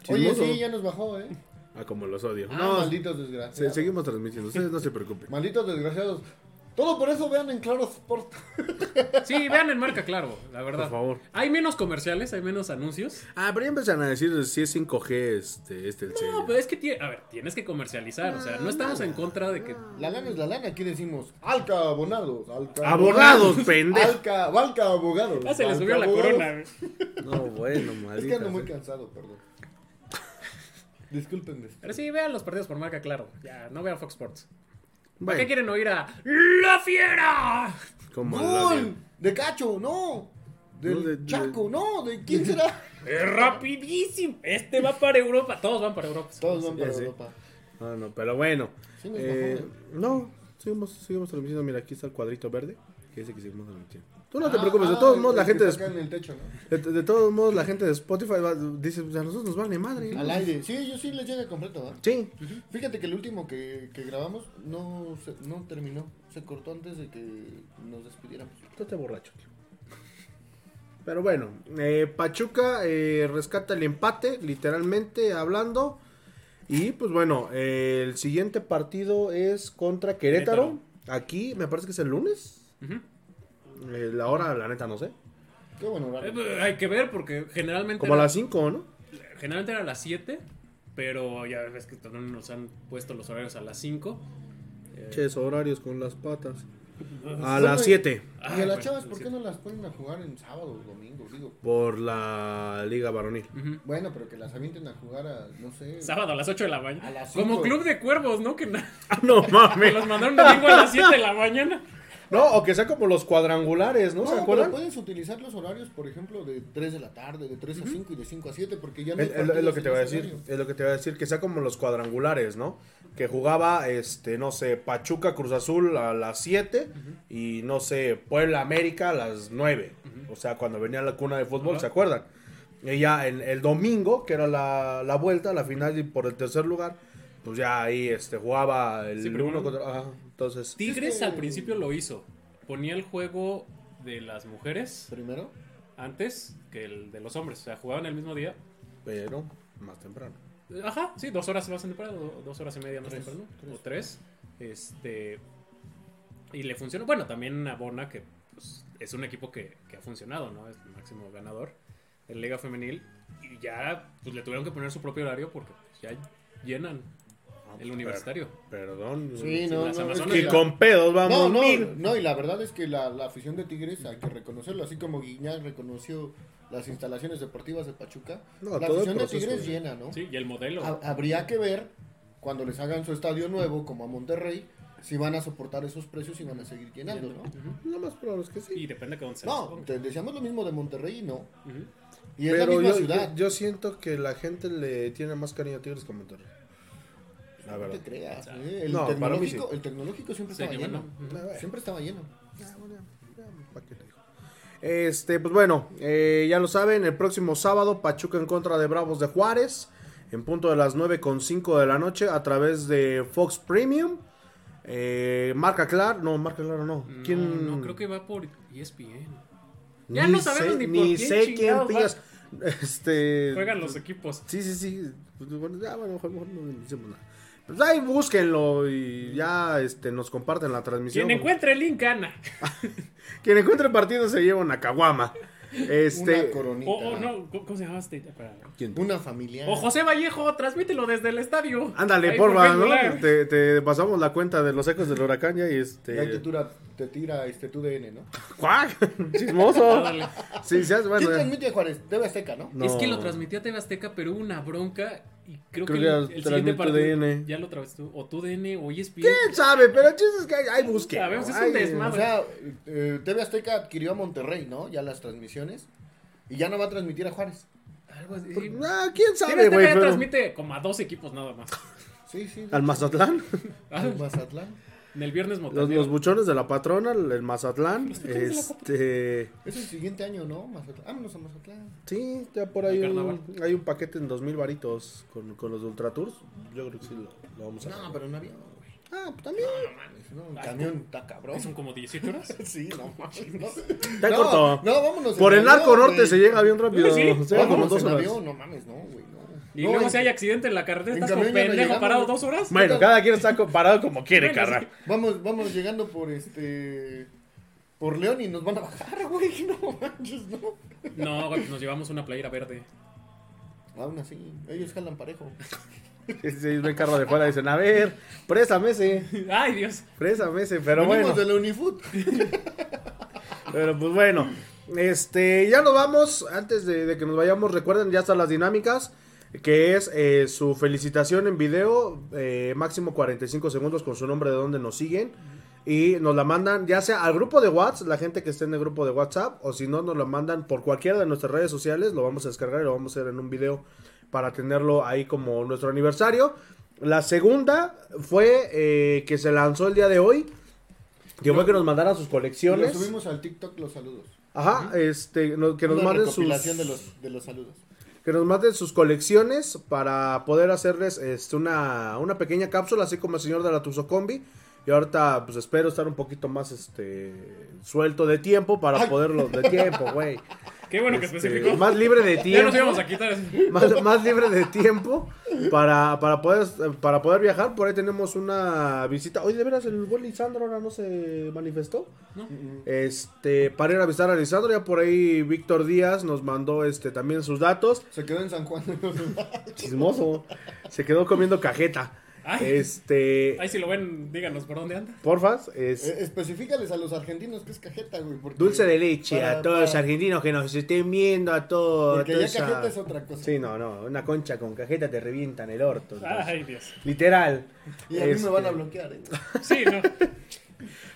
B: Oye,
A: Chismoso.
B: sí, ya nos bajó, ¿eh?
A: Ah, como los odio.
B: Ah,
A: no,
B: malditos
A: se-
B: desgraciados.
A: seguimos transmitiendo. Ustedes no se preocupen.
B: Malditos desgraciados. Todo por eso vean en Claro Sport.
C: Sí, vean en marca, claro, la verdad.
A: Por favor.
C: Hay menos comerciales, hay menos anuncios.
A: Ah, pero ya empiezan a decir si es 5G este, este el
C: No,
A: serio.
C: pero es que tie- a ver, tienes que comercializar. O sea,
A: Ah,
C: no estamos en contra de que.
B: La lana es la lana, aquí decimos alca abonados, alca
A: Abogados, pendejo.
B: alca, valca abogados.
C: Ah, se le
B: Valca
C: subió la
B: abogados.
C: corona.
A: No, bueno,
B: Es que
A: maldita.
B: ando muy
A: sea.
B: cansado, perdón. Discúlpenme.
C: Pero sí, vean los partidos por marca, claro. Ya, no vean Fox Sports. ¿Para
A: Bueno,
C: qué quieren oír a La Fiera?
A: como la de-
B: ¡Gol! De Cacho, no.
A: No,
B: Del
A: de- de-
B: Chaco, no. ¿De quién será?
C: Es rapidísimo. Este va para Europa. Todos van para Europa.
B: Todos van
A: Ya
B: para
A: sé.
B: Europa.
A: No, no, pero bueno.
B: Sí nos
A: Eh,
B: bajó,
A: no, seguimos, seguimos transmitiendo. Mira, aquí está el cuadrito verde. Que dice que seguimos transmitiendo. Tú no te
B: Ah,
A: preocupes, de
B: ah,
A: todos
B: el-
A: modos la
B: el que
A: gente de,
B: está acá en el techo, ¿no?
A: de- de todos modos la gente de Spotify va- dice, "Pues a nosotros nos vale madre.
B: Al aire. Sí, yo sí les llega completo, ¿va?
A: Sí.
B: Fíjate que el último que, que grabamos no, se- no terminó. Se cortó antes de que nos despidiéramos.
A: Estate borracho, tío. Pero bueno, eh, Pachuca eh, rescata el empate, literalmente hablando. Y pues bueno, eh, el siguiente partido es contra Querétaro. Aquí me parece que es el lunes.
C: Ujú.
A: Eh, la hora, la neta, no sé.
B: Qué bueno,
C: Eh,
B: horario.
C: pues, Hay que ver porque generalmente.
A: Como a
C: era-
A: las 5, ¿no?
C: Generalmente era a las 7, pero ya ves que también nos han puesto los horarios a las 5.
A: Ches, horarios con las patas. A las 7.
B: Y
C: Ay,
B: a las
C: Ah, bueno,
B: chavas,
C: lo
B: ¿por qué no las ponen a jugar en sábados, domingos? Digo,
A: Por la Liga Varonil.
C: Ujú.
B: bueno, pero que las avienten a jugar a, no sé.
C: Sábado a las 8 de la mañana.
B: A las
C: Como
B: cinco.
C: club de cuervos, ¿no? Que na-
A: Ah, no
C: que
A: mames.
C: los mandaron domingo a las 7 de la mañana.
A: No, o que sea como los cuadrangulares, ¿no?
B: No,
A: ¿Se
B: pero
A: acuerdan?
B: puedes utilizar los horarios, por ejemplo, de 3 de la tarde, de 3 a 5 y de 5 a 7, porque ya no hay
A: Es, es lo- es lo
B: partidos
A: que
B: en
A: te voy a
B: ese
A: decir,
B: horario.
A: es lo que te voy a decir, que sea como los cuadrangulares, ¿no? Que jugaba, este, no sé, Pachuca Cruz Azul a las 7 y no sé, Puebla América a las 9. O sea, cuando venía la cuna de fútbol,
C: Ajá.
A: ¿se acuerdan? Y ya el, el domingo, que era la, la vuelta, la final y por el tercer lugar, pues ya ahí este, jugaba el
C: Sí, pero
A: uno
C: bueno.
A: contra. ajá, entonces.
C: Tigres
B: que-
C: al principio lo hizo. Ponía el juego de las mujeres
B: Primero,
C: antes que el de los hombres. O sea, jugaban el mismo día.
A: Pero más temprano.
C: Ajá, sí, dos horas más temprano, do- dos horas y media más
B: Tres,
C: temprano,
B: tres.
C: o tres. Este. Y le funcionó. Bueno, también Abona, que pues, es un equipo que, que ha funcionado, ¿no? Es el máximo ganador de la Liga Femenil. Y ya, pues le tuvieron que poner su propio horario porque pues, ya llenan
A: Ah, pues,
C: el universitario.
A: Perdón.
B: Sí, no,
C: las
B: no,
C: Amazonas
B: es
A: Que
B: la-
A: con pedos
B: No,
A: vamos
B: no,
A: mil.
B: no, y la verdad es que la, la afición de Tigres hay que reconocerlo, así como Guiñac reconoció las instalaciones deportivas de Pachuca,
A: No,
B: la
A: todo el
B: afición de
A: proceso,
B: Tigres
A: güey.
B: llena, ¿no?
C: Sí, y el modelo.
A: Ah,
B: Ha- habría que ver cuando les hagan su estadio nuevo, como a Monterrey, si van a soportar esos precios y van a seguir llenando, ¿no?
C: Ujú.
A: No más probable es que sí.
C: Y depende de dónde se las
B: No,
C: ponga.
B: te decíamos lo mismo de Monterrey y no.
C: Ujú.
B: Y es
A: Pero
B: la misma
A: yo,
B: ciudad.
A: yo- yo siento que la gente le tiene más cariño a Tigres que a Monterrey. La
B: no te
A: verdad.
B: creas.
C: O sea,
B: ¿eh? El,
A: no, para mí
B: tecnológico, el tecnológico siempre
C: Sí,
B: estaba
C: que
B: lleno.
C: bueno.
A: Ah, bueno.
B: Siempre estaba lleno.
A: Ah, bueno, ya, ya, ¿pa' qué le digo? Este, pues bueno, eh, ya lo saben, el próximo sábado Pachuca en contra de Bravos de Juárez, en punto de las 9.5 de la noche a través de Fox Premium. Eh, marca Clar, no, marca Clar no. ¿Quién?
C: Mm, No, no, creo que va por E ESPN.
A: Ni
C: Ya no sabemos
A: sé-
C: ni por quién
A: sé quién
C: chingados
A: pillas. Este,
C: Juegan los equipos.
A: Sí, sí, sí. Pues, Bueno, ya, bueno, mejor, mejor no decimos nada. Pues ahí búsquenlo y ya este, nos comparten la transmisión.
C: Quien encuentre el link gana.
A: Quien encuentre el partido se lleva una caguama.
B: Una
A: Este,
B: coronita.
C: O, o no, ¿cómo cómo se llama este? Espera.
A: ¿quién?
B: Una familia.
C: O José Vallejo, transmítelo desde el estadio.
A: Ándale,
C: Ahí
A: porfa, ¿no? Este,
C: Facebook
A: Te,
C: Live.
A: te pasamos la cuenta de los ecos del huracán ya y
B: Y ahí te
A: este.
B: tira, te tira este, tu DN, ¿no?
A: ¡Cuac! ¡Chismoso!
C: Ándale.
A: Sí, sí, bueno. eh.
B: ¿Quién
A: ya.
B: transmite a Juárez? Debe Azteca, ¿no?
A: No.
C: Es que lo transmitía TV Azteca, pero hubo una bronca y
A: Creo
C: creo, que,
A: que ya
C: el, el siguiente
A: transmitió
C: partido
A: DN.
C: ya lo transmitió o tú DN o E ESPN.
A: ¿Quién sabe? Pero el chiste es que ahí- ahí busquen.
C: Sabemos,
A: ¿no?
C: es un
A: Ahí-
B: O
C: desmadre.
B: sea, eh, TV Azteca adquirió a Monterrey, ¿no? Ya las transmisiones. Y ya no va a transmitir a Juárez.
C: Algo así.
A: Pues, ah, ¿Quién
C: TV
A: sabe,
C: Azteca
A: güey?
C: ya
A: Pero-
C: transmite como a dos equipos nada más.
B: Sí, sí.
A: ¿Al Mazatlán?
C: Ah,
B: Al Mazatlán.
C: En el viernes
A: Los,
C: motonero.
A: los buchones de la patrona, el el Mazatlán. Este.
B: Es el siguiente año, ¿no? Mazatlán. Vámonos a Mazatlán.
A: Sí, ya por
C: Al
A: ahí
C: carnaval.
A: un, hay un paquete en 2000 varitos con, con los de Ultra Tours. Yo creo que sí lo, lo vamos a
B: No, pero en avión, güey.
A: Ah, pues también.
B: No mames, no, un camión está cabrón.
C: Son como 18 horas.
B: Sí, no mames. No,
A: Está
B: no,
A: corto.
B: no, vámonos.
A: por
B: en
A: el
B: avión,
A: arco norte
B: güey.
A: se llega bien rápido.
C: Sí,
A: se llega como en
B: Vámonos
A: dos
B: en
A: horas.
B: avión, no mames, no, güey, no.
C: Y
B: No,
C: luego
B: es
C: si hay
B: que-
C: accidente en la carretera,
B: en
C: estás como
B: camión ya no
C: pendejo
B: llegamos.
C: parado dos horas.
A: Bueno, cada quien está co- parado como quiere,
C: Bueno, sí.
A: carnal.
B: Vamos, vamos llegando por este. Por León y nos van a bajar, güey. No manches, no.
C: No, güey, nos llevamos una playera verde.
B: Aún así, ellos jalan parejo.
A: Sí, sí, ven carro de fuera y dicen, a ver, présame ese,
C: Ay, Dios.
A: présame ese, pero
B: Venimos
A: bueno.
B: de la Unifood.
A: Pero pues bueno, este, ya nos vamos. Antes de, de que nos vayamos, recuerden, ya están las dinámicas. Que es eh, su felicitación en video, eh, máximo 45 segundos con su nombre de donde nos siguen. Y nos la mandan ya sea al grupo de WhatsApp, la gente que esté en el grupo de WhatsApp, o si no, nos la mandan por cualquiera de nuestras redes sociales. Lo vamos a descargar y lo vamos a hacer en un video para tenerlo ahí como nuestro aniversario. La segunda fue eh, que se lanzó el día de hoy, que fue que nos mandaran sus
B: Lo
A: colecciones.
B: subimos al TikTok los saludos.
A: Ajá, este, no- que, nos
B: Una
A: manden sus,
B: recopilación de los, de los saludos.
A: que nos manden sus colecciones para poder hacerles este, una, una pequeña cápsula, así como el señor de la Tuzo Combi. Y ahorita, pues espero estar un poquito más este suelto de tiempo para poderlo. De tiempo, güey.
C: Qué bueno que
A: Este,
C: especificó.
A: más libre de
C: Ya nos
A: tiempo.
C: íbamos a quitar. así.
A: Más, más libre de tiempo para, para, poder, para poder viajar. Por ahí tenemos una visita. Oye, de veras, el buen Lisandro ahora no se manifestó. Este, para ir a avisar a Lisandro, ya por ahí Víctor Díaz nos mandó este también sus datos.
B: Eh, Se quedó en San Juan.
A: Chismoso. Se quedó comiendo cajeta.
C: Ay.
A: Este.
C: Ahí si lo ven, díganos por dónde anda.
A: Porfas, es
B: Eh, especificales a los argentinos que es cajeta, güey. porque-
A: dulce de leche
B: para-
A: a todos los
B: para-
A: argentinos que nos estén viendo, a todos.
B: Porque
A: toda
B: ya
A: esa-
B: cajeta es otra cosa.
A: Sí, no, no. Una concha con cajeta te revientan el orto. entonces.
C: Ay, Dios.
A: Literal.
B: Y a mí
A: Este,
B: me van a bloquear, ¿eh?
C: Sí, no.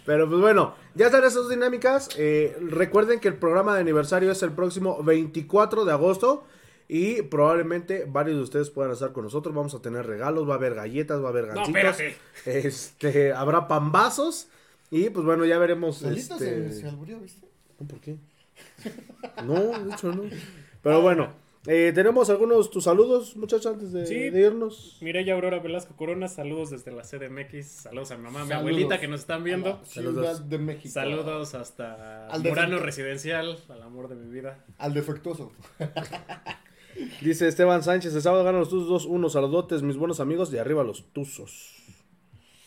A: Pero pues bueno, ya están esas dos dinámicas. Eh, recuerden que el programa de aniversario es el próximo 24 de agosto. Y probablemente varios de ustedes puedan estar con nosotros. Vamos a tener regalos, va a haber galletas, va a haber gansitos.
C: espérate.
A: Este, habrá pambazos. Y pues bueno, ya veremos.
B: Solito
A: este...
B: se, se alburió, ¿viste?
A: No, ¿Por qué? No, de hecho no. Pero bueno, eh, tenemos algunos tus saludos, muchachos, antes de,
C: Sí.
A: de irnos.
C: Mireya Aurora Velasco Corona, saludos desde la CDMX. Saludos a mi mamá, a mi
B: Saludos.
C: abuelita que nos están
B: A
C: viendo.
B: la Ciudad
A: Saludos.
B: de México.
C: Saludos hasta
B: Al
C: Murano
B: defecto.
C: Residencial, al amor de mi vida.
B: Al defectuoso.
A: Dice Esteban Sánchez, el sábado ganan los tuzos 2-1, saludotes, mis buenos amigos, y arriba los tuzos.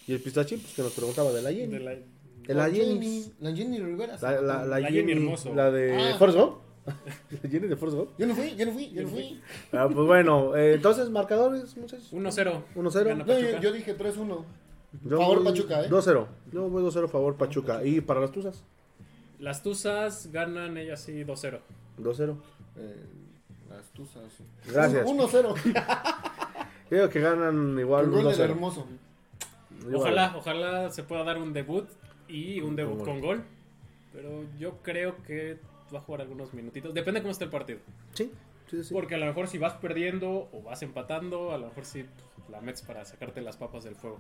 A: Y el pistachín, pues que nos preguntaba de la
C: De
A: Jenny.
C: la-
A: De la Jenny.
B: La Jenny Rivera.
A: La, la, la
C: La Jenny
A: Jenny,
C: hermoso.
A: la de
B: Ah.
A: Forrest Gump. La Jenny de Forrest Gump.
B: Yo no fui, yo no fui, yo no fui.
A: Ah, pues bueno, eh, entonces, marcadores, muchachos.
C: 1-0.
A: 1-0.
C: Gana
B: No,
C: Pachuca.
B: yo, yo dije 3-1.
A: Yo
B: Favor
A: voy
B: Pachuca, ¿eh?
A: 2-0. Yo voy 2-0 favor Pachuca. Y para las tuzas,
C: Las Tuzas ganan ellas sí 2-0.
A: 2-0.
B: Eh, las tuzas. sí.
A: Gracias.
B: 1-0.
A: Creo que ganan igual
B: Con gol del
A: 1-0.
B: hermoso.
A: Igual.
C: Ojalá, ojalá se pueda dar un debut y un debut
A: gol.
C: con gol. Pero yo creo que va a jugar algunos minutitos. Depende cómo esté el partido.
A: Sí, sí, sí.
C: Porque a lo mejor si vas perdiendo o vas empatando, a lo mejor si la metes para sacarte las papas del fuego.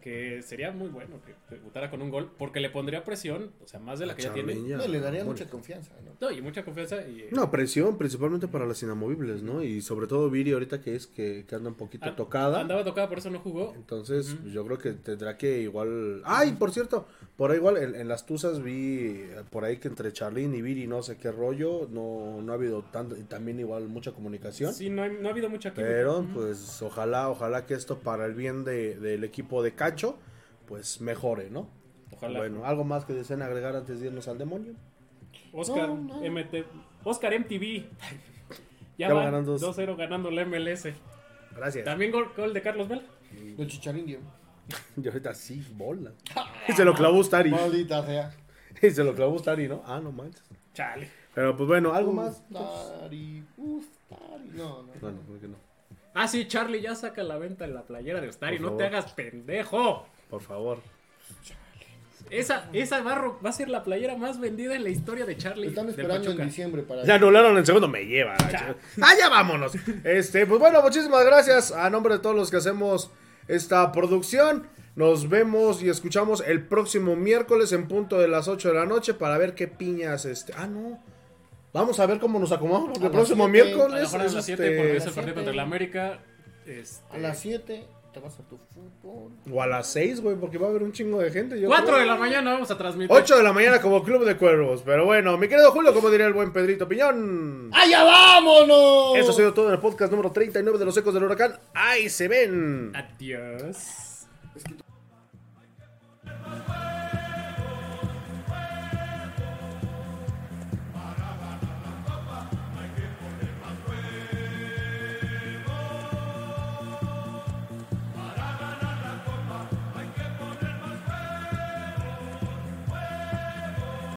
C: Que sería muy bueno que debutara con un gol, porque le pondría presión, o sea, más de la que ya tiene.
A: Charleña,
B: No, le daría
A: bueno.
B: mucha confianza, ¿no?
C: No, y mucha confianza. Y, eh,
A: No, presión principalmente para las inamovibles, ¿no? Y sobre todo Viri ahorita que es que, que anda un poquito
C: a-
A: tocada.
C: Ah, Andaba tocada, por eso no jugó.
A: Entonces pues, yo creo que tendrá que igual... ¡Ay, por cierto! Por ahí igual en, en las Tuzas vi eh, por ahí que entre Charlene y Viri no sé qué rollo, no, no ha habido tanto, y también igual mucha comunicación.
C: Sí, no, hay- no ha habido mucha química.
A: Pero pues ojalá, ojalá que esto para el bien de- del equipo de Cacho, pues mejore, ¿no?
C: Ojalá.
A: Bueno, ¿algo más que deseen agregar antes de irnos al demonio?
C: Oscar,
B: No, no.
C: MT, Oscar MTV.
A: Ya
C: ya
A: va
C: va
A: ganando.
C: 2-0 ganando la MLS.
A: Gracias.
C: También gol, gol de Carlos Vela.
B: El chicharindio.
A: Y ahorita sí, bola. Y se lo clavó Stari.
B: Maldita sea.
A: Y se lo clavó Stari, ¿no? Ah, no manches.
C: Chale.
A: Pero pues bueno, algo más.
B: Ustari, Ustari. No, no.
A: Bueno, ¿por qué no?
C: Ah, sí, Charlie, ya saca la venta en la playera de Ostari.
A: Por
C: No
A: favor.
C: te hagas pendejo.
A: Por favor.
C: Esa, esa va, a ro- va a ser la playera más vendida en la historia de Charlie.
B: Están
C: del
B: esperando en
C: Pachuca.
B: diciembre para.
A: Ya anularon el segundo, me lleva. Allá vámonos. Este, pues bueno, muchísimas gracias a nombre de todos los que hacemos esta producción. Nos vemos y escuchamos el próximo miércoles en punto de las 8 de la noche para ver qué piñas este. Ah, no. Vamos a ver cómo nos acomodamos porque
B: A
A: el
B: las
A: próximo
B: siete.
C: A lo
A: miércoles
C: mejor es las 7
A: este,
C: porque es
B: a
C: el
B: las
C: partido
B: siete.
C: contra el América. Este,
B: A las 7 te vas a tu fútbol.
A: o a las 6, güey, porque va a haber un chingo de gente. yo
C: 4
A: creo.
C: de la mañana vamos a transmitir.
A: 8 de la mañana como Club de Cuervos. Pero bueno, mi querido Julio, como diría el buen Pedrito Piñón.
B: ¡Allá vámonos!
A: Eso ha sido todo en el podcast número 39 de los Ecos del Huracán. Ahí se ven.
C: Adiós.